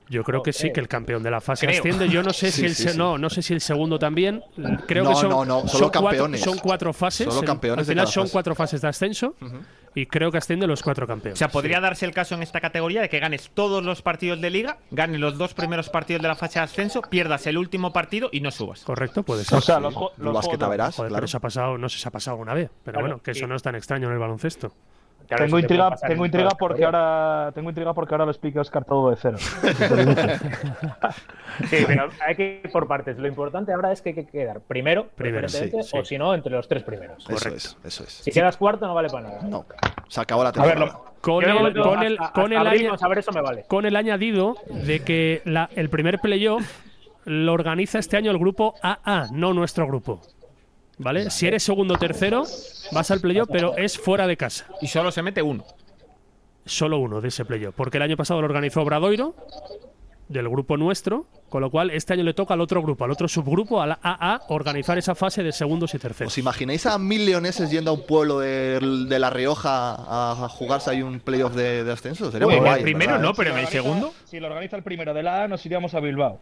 Yo creo que Eh. sí, que el campeón de la fase Creo. asciende. Yo no sé Sí, si el sí, se- sí. no, no sé si el segundo también. Creo No, que son, no, no, solo son campeones. Cuatro, son cuatro fases. Solo en- campeones Al de final cada son fase. cuatro fases de ascenso y creo que asciende los cuatro O campeones. sea, podría darse el caso en esta categoría de que ganes todos los partidos de liga, ganes los dos primeros partidos de la fase de ascenso, pierdas el último partido y no subas. Correcto, puede ser. O sea, los jo- Sí. los Basqueta juegos- verás, Joder, claro. pero eso ha pasado, no sé si se ha pasado alguna vez, pero Claro, bueno, que eso y- no es tan extraño en el baloncesto. tengo intriga, tengo intriga ¿eh? porque ahora tengo intriga porque ahora lo explica Oscar todo de cero. Sí, pero hay que ir por partes. Lo importante ahora es que hay que quedar primero, Primero, preferentemente, sí, sí. o si no, entre los tres primeros. Eso es, eso es. Si quedas cuarto, no vale para nada. No. Se acabó la A ver, temporada. lo- Yo Con de el- momento, con el- hasta- con hasta el abril, año- no saber eso me vale. Con el añadido de que la- el primer playoff lo organiza este año el grupo AA, no nuestro grupo. ¿Vale? Si eres segundo o tercero, vas al playoff, pero es fuera de casa. Y solo se mete uno. Solo uno de ese playoff. Porque el año pasado lo organizó Bradoiro, del grupo nuestro, con lo cual este año le toca al otro grupo, al otro subgrupo, al AA, organizar esa fase de segundos y terceros. ¿Os imagináis a mil leoneses yendo a un pueblo de, de La Rioja a, a jugarse ahí un playoff de, de ascenso? Sería Uy, en muy el guay. primero ¿verdad? no, pero en el segundo. Si lo organiza el primero de la A, nos iríamos a Bilbao.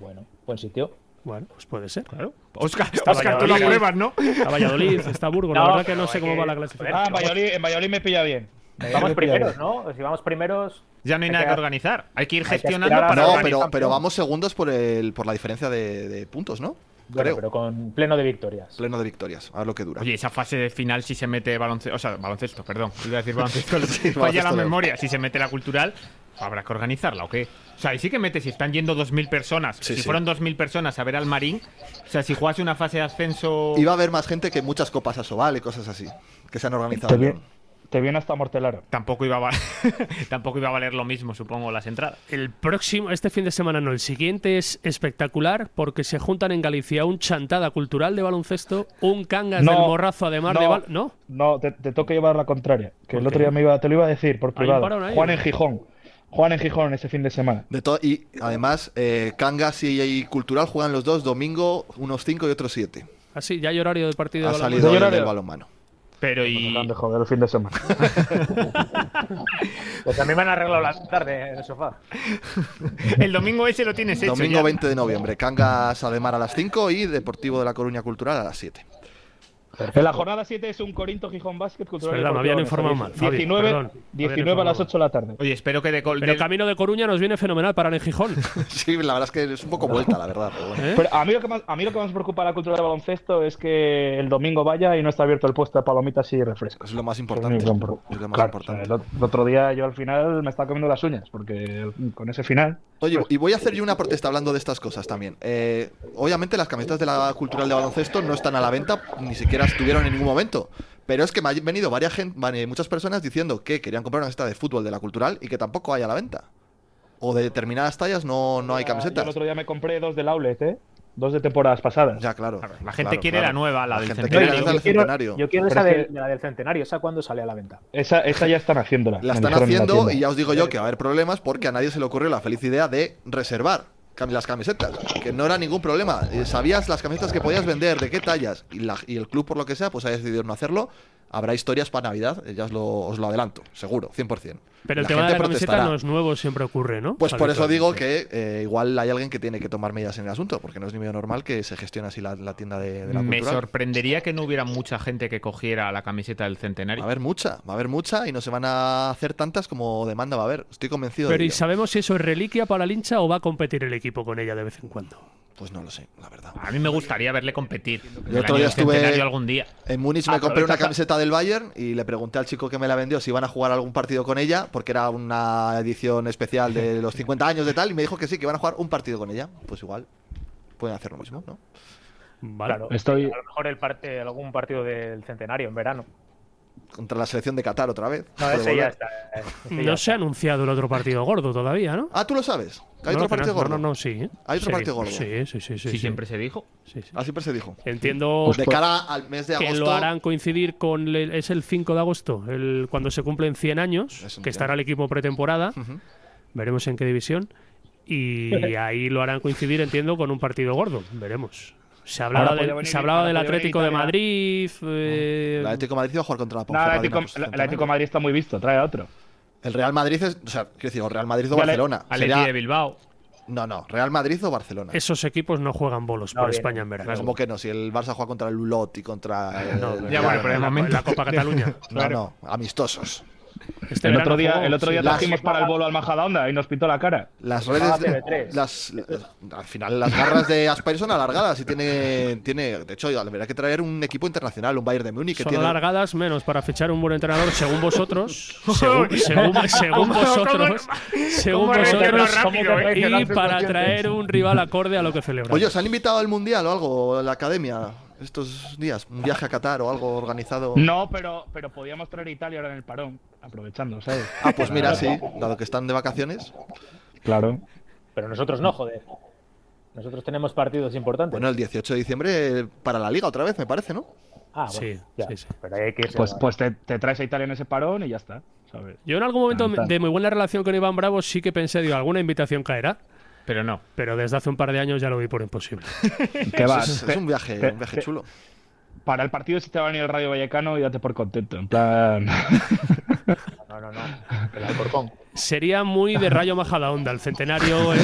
Bueno, buen sitio. Bueno, pues puede ser. Claro. Oscar, Está Oscar, tú lo Valladolid. pruebas, ¿no? Está Valladolid, está Burgos. la No, verdad que pero no sé hay cómo que- va la Ah, clasificación. en Valladolid, en Valladolid me pilla bien. Vamos Me pilla primeros, bien. ¿no? Si vamos primeros. Ya no hay nada que organizar. Hay que ir Hay que gestionando aspirar a- para Ah, No, organizar. pero, pero vamos segundos por, el, por la diferencia de, de puntos, ¿no? Bueno, pero con pleno de victorias. Pleno de victorias, a ver lo que dura. Oye, esa fase de final si se mete baloncesto, o sea, baloncesto, perdón, iba a decir baloncesto, falla baloncesto la no. memoria, si se mete la cultural, habrá que organizarla o qué. O sea, y sí que mete si están yendo 2000 personas, si sí. fueron 2000 personas a ver al Marín, o sea, si jugase una fase de ascenso Iba a haber más gente que muchas copas a Sobal y cosas así, que se han organizado. Te vi- Te viene hasta Mortelaro. tampoco iba a val- tampoco iba a valer lo mismo, supongo, las entradas. El próximo, este fin de semana no, el siguiente es espectacular porque se juntan en Galicia un chantada cultural de baloncesto, un cangas del morrazo además de bal- ¿No? No, te, te toca llevar la contraria. Que el ¿Por otro qué? día me iba, te lo iba a decir por Hay un privado. parón ahí, Juan ¿no? en Gijón. Juan en Gijón ese fin de semana. De todo- y además, eh, Cangas y, y Cultural juegan los dos domingo, unos 5 y otros 7. Así, ya hay horario de partido. Ha de salido baloncesto. el del balonmano. Pero y De joder, el fin de semana. Pues a mí me han arreglado la tarde en el sofá. el domingo ese lo tienes hecho Domingo ya. 20 de noviembre, Cangas Ademar a las 5 y Deportivo de la Coruña Cultural a las 7. En la jornada 7 es un Corinto Gijón Basket Cultural. verdad, y me habían Deportivo eh, informado Leonesa. mal, Fabio, 19, perdón. Me habían 19 a las informado 8 de la tarde. Oye, espero que de col- Pero el del- camino de Coruña nos viene fenomenal para el Gijón. sí, la verdad es que es un poco vuelta, la verdad. ¿Eh? Pero bueno. Pero a mí, lo que más, a mí lo que más me preocupa de la cultura de baloncesto es que el domingo vaya y no está abierto el puesto de palomitas y refrescos. Es lo más importante. Es lo más importante. el, ot- el otro día yo al final me estaba comiendo las uñas, porque el- con ese final. Oye, y voy a hacer yo una protesta hablando de estas cosas también. Eh, obviamente las camisetas de la cultural de baloncesto no están a la venta, ni siquiera estuvieron en ningún momento. Pero es que me han venido varias gen- van- eh, muchas personas diciendo que querían comprar una camiseta de fútbol de la cultural y que tampoco hay a la venta. O de determinadas tallas no, no hay Yo camisetas. el otro día me compré dos del outlet, ¿eh? Dos de temporadas pasadas. Ya, claro. La gente quiere la nueva, la, del quiere la centenario. del Yo quiero- centenario. Yo quiero Pero esa es del- que- la del centenario, esa cuando sale a la venta. Esa, esa ya están haciéndola. me La dijeron están en la haciendo tienda. y ya os digo yo que va a haber problemas porque a nadie se le ocurrió la feliz idea de reservar cam- las camisetas, que no era ningún problema. Eh, Sabías las camisetas que podías vender, de qué tallas, y, la- y el club por lo que sea, pues ha decidido no hacerlo. Habrá historias para Navidad, eh, ya os lo, os lo adelanto, seguro, 100%. Pero el La tema de gente la camiseta protestará. no es nuevo, siempre ocurre, ¿no? Pues por eso Habitualmente. digo que eh, igual hay alguien que tiene que tomar medidas en el asunto, porque no es ni medio normal que se gestione así la, la tienda de, de la Me cultural. sorprendería que no hubiera mucha gente que cogiera la camiseta del centenario. Va a haber mucha, va a haber mucha y no se van a hacer tantas como demanda va a haber. Estoy convencido Pero de ¿y ello. sabemos si eso es reliquia para el hincha o va a competir el equipo con ella de vez en cuando? Pues no lo sé, la verdad. A mí me gustaría verle competir. Yo El año otro día del estuve centenario algún Ah, día. en Múnich, me compré una camiseta del Bayern y le pregunté al chico que me la vendió si iban a jugar algún partido con ella, porque era una edición especial de los 50 años de tal, y me dijo que sí, que iban a jugar un partido con ella. Pues igual, pueden hacer lo mismo, ¿no? Claro, Estoy- a lo mejor el parte, algún partido del centenario en verano. Contra la selección de Qatar otra vez. No, Pues Puede ese ya volver. está. eh, ese ya No se ha anunciado el otro partido gordo todavía, ¿no? Ah, tú lo sabes. ¿Que ¿Hay No, que otro no- no, partido gordo? No, no, sí. ¿eh? Hay otro Sí, partido gordo. Sí, sí, sí. sí, sí. siempre se dijo. Sí, sí. Así siempre se dijo. Entiendo Pues de cara al mes de agosto. Pues que lo harán coincidir con. el- es el 5 de agosto, el, cuando se cumplen 100 años, un que día. estará el equipo pretemporada. Veremos en qué división. Y ahí lo harán coincidir, entiendo, con un partido gordo. Veremos. Se hablaba, Ahora del- puede venir- se hablaba ahora del puede venir Atlético de Italia. Madrid. eh, El Atlético de Madrid iba a jugar contra la No, el Ponferradina, Atlético, pues, el centenario. Atlético de Madrid está muy visto, trae a otro. El Real Madrid es. O sea, quiero decir, o Real Madrid o Vale. Barcelona. Atleti Sería- de Bilbao. No, no, Real Madrid o Barcelona. Esos equipos no juegan bolos por bien. España en verano. Como que no, si el Barça juega contra el Ulot y contra. eh, el- Ah, No, Ya, bueno, pero de la- momento- la Copa Cataluña. No, no, amistosos. Este El verano otro día, jugó- el otro día sí, las- trajimos para el bolo al Majadahonda y nos pintó la cara. Las redes. de- las, al final, las garras de Aspair son alargadas y tiene. tiene de hecho, habría que traer un equipo internacional, un Bayern de Múnich que Son tiene. alargadas menos para fichar un buen entrenador según vosotros, según, según- según vosotros, según cómo vosotros reaccionó rápido, eh? y Reaccionó para consciente. traer un rival acorde a lo que celebra. Oye, ¿os han invitado al Mundial o algo? a ¿La academia? Estos días, un viaje a Qatar o algo organizado. No, pero, pero podíamos traer a Italia ahora en el parón, aprovechando, ¿sabes? Ah, pues mira, sí, dado que están de vacaciones. Claro. Pero nosotros no, joder. Nosotros tenemos partidos importantes. Bueno, el 18 de diciembre eh, para la liga otra vez, me parece, ¿no? ah, bueno, Sí, ya. sí, sí. Pero ahí hay que irse Pues, a- pues te, te traes a Italia en ese parón y ya está, ¿sabes? Yo en algún momento Tan, tan. de muy buena relación con Iván Bravo sí que pensé, digo, alguna invitación caerá, Pero no. pero desde hace un par de años ya lo vi por imposible. Que vas, Es, es te- un viaje, te- un viaje te- chulo. Para el partido si te va a venir el Radio Vallecano y date por contento, en plan... No, no, no. El Alcorcón. Sería muy de Rayo Majadahonda, el centenario ¿eh?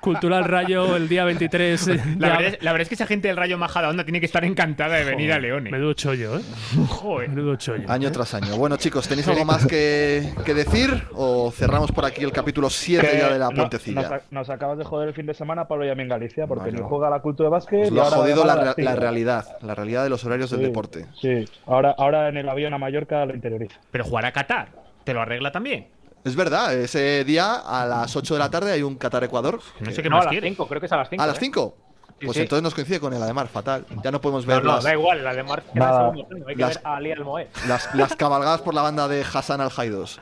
cultural Rayo el día 23. de La ab- verdad, es, la verdad es que esa gente del Rayo Majadahonda tiene que estar encantada de venir a Leones. Menudo chollo, ¿eh? Joder. Menudo chollo. ¿eh? Año tras año. Bueno, chicos, ¿tenéis algo más que, que decir? ¿O cerramos por aquí el capítulo 7 ya de la No, puentecilla? nos, a- nos acabas de joder el fin de semana, Pablo y a mí en Galicia, porque No, no, no. juega la cultura de básquet. Os y lo ha ahora va a jodido la, llamar a re- las la cinco. realidad, la realidad de los horarios del Sí. deporte. Sí, ahora, ahora en el avión a Mallorca lo interioriza. Pero jugar a Qatar, ¿te lo arregla también? Es verdad, ese día a las 8 de la tarde hay un Qatar-Ecuador. No sé qué No, a más las quiere. 5, creo que es a las ¿eh? 5. ¿A las 5? Pues sí. entonces nos coincide con el Ademar, fatal. Ya no podemos No, ver no, las, da igual, la de marzo era Nada. segundo plano, Hay que Las- ver a Ali Almoé. las- las cabalgadas por la banda de Hassan al Jaidos.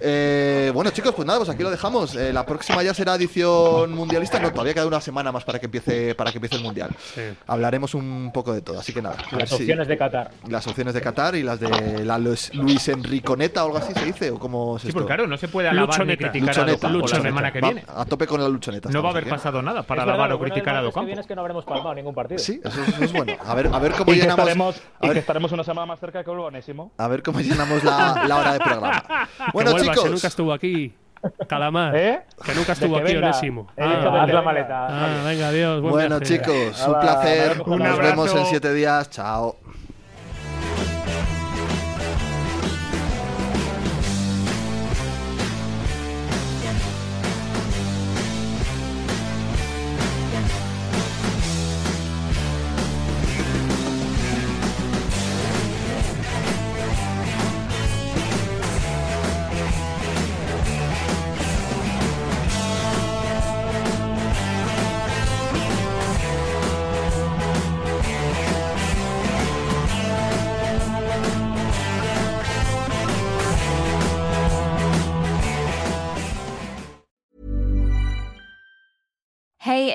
Eh, bueno, chicos, pues nada, pues aquí lo dejamos. Eh, la próxima ya será edición mundialista. No, todavía queda una semana más para que empiece, para que empiece el mundial. Sí. Hablaremos un poco de todo, así que nada. a ver Las si- opciones de Qatar. las opciones de Qatar y las de la Luis, Luis Enriconeta o algo así se dice o cómo se Sí, porque claro, no se puede alabar Luchoneta. ni criticar a Docampo Luchoneta. la semana que Va viene. a tope con la luchoneta. No va a estamos haber aquí, ¿eh? pasado nada para Es verdad, alabar lo o bueno del criticar a martes que Docampo. viene es que no habremos palmado ningún partido. Sí, eso, es- eso es bueno. A ver, a ver cómo Y que, llenamos estaremos, a y que ver, estaremos una semana más cerca que Urbanésimo. a ver cómo llenamos la, la hora de programa. Que Bueno, vuelva, si chicos. nunca estuvo aquí. Calamar. ¿Eh? Que nunca estuvo De que aquí, venga. Onésimo. He dicho, haz la maleta, Ah, Javier. venga, adiós. buen Bueno, viaje. chicos, un placer. Un Nos abrazo. vemos en siete días. Chao. Hey,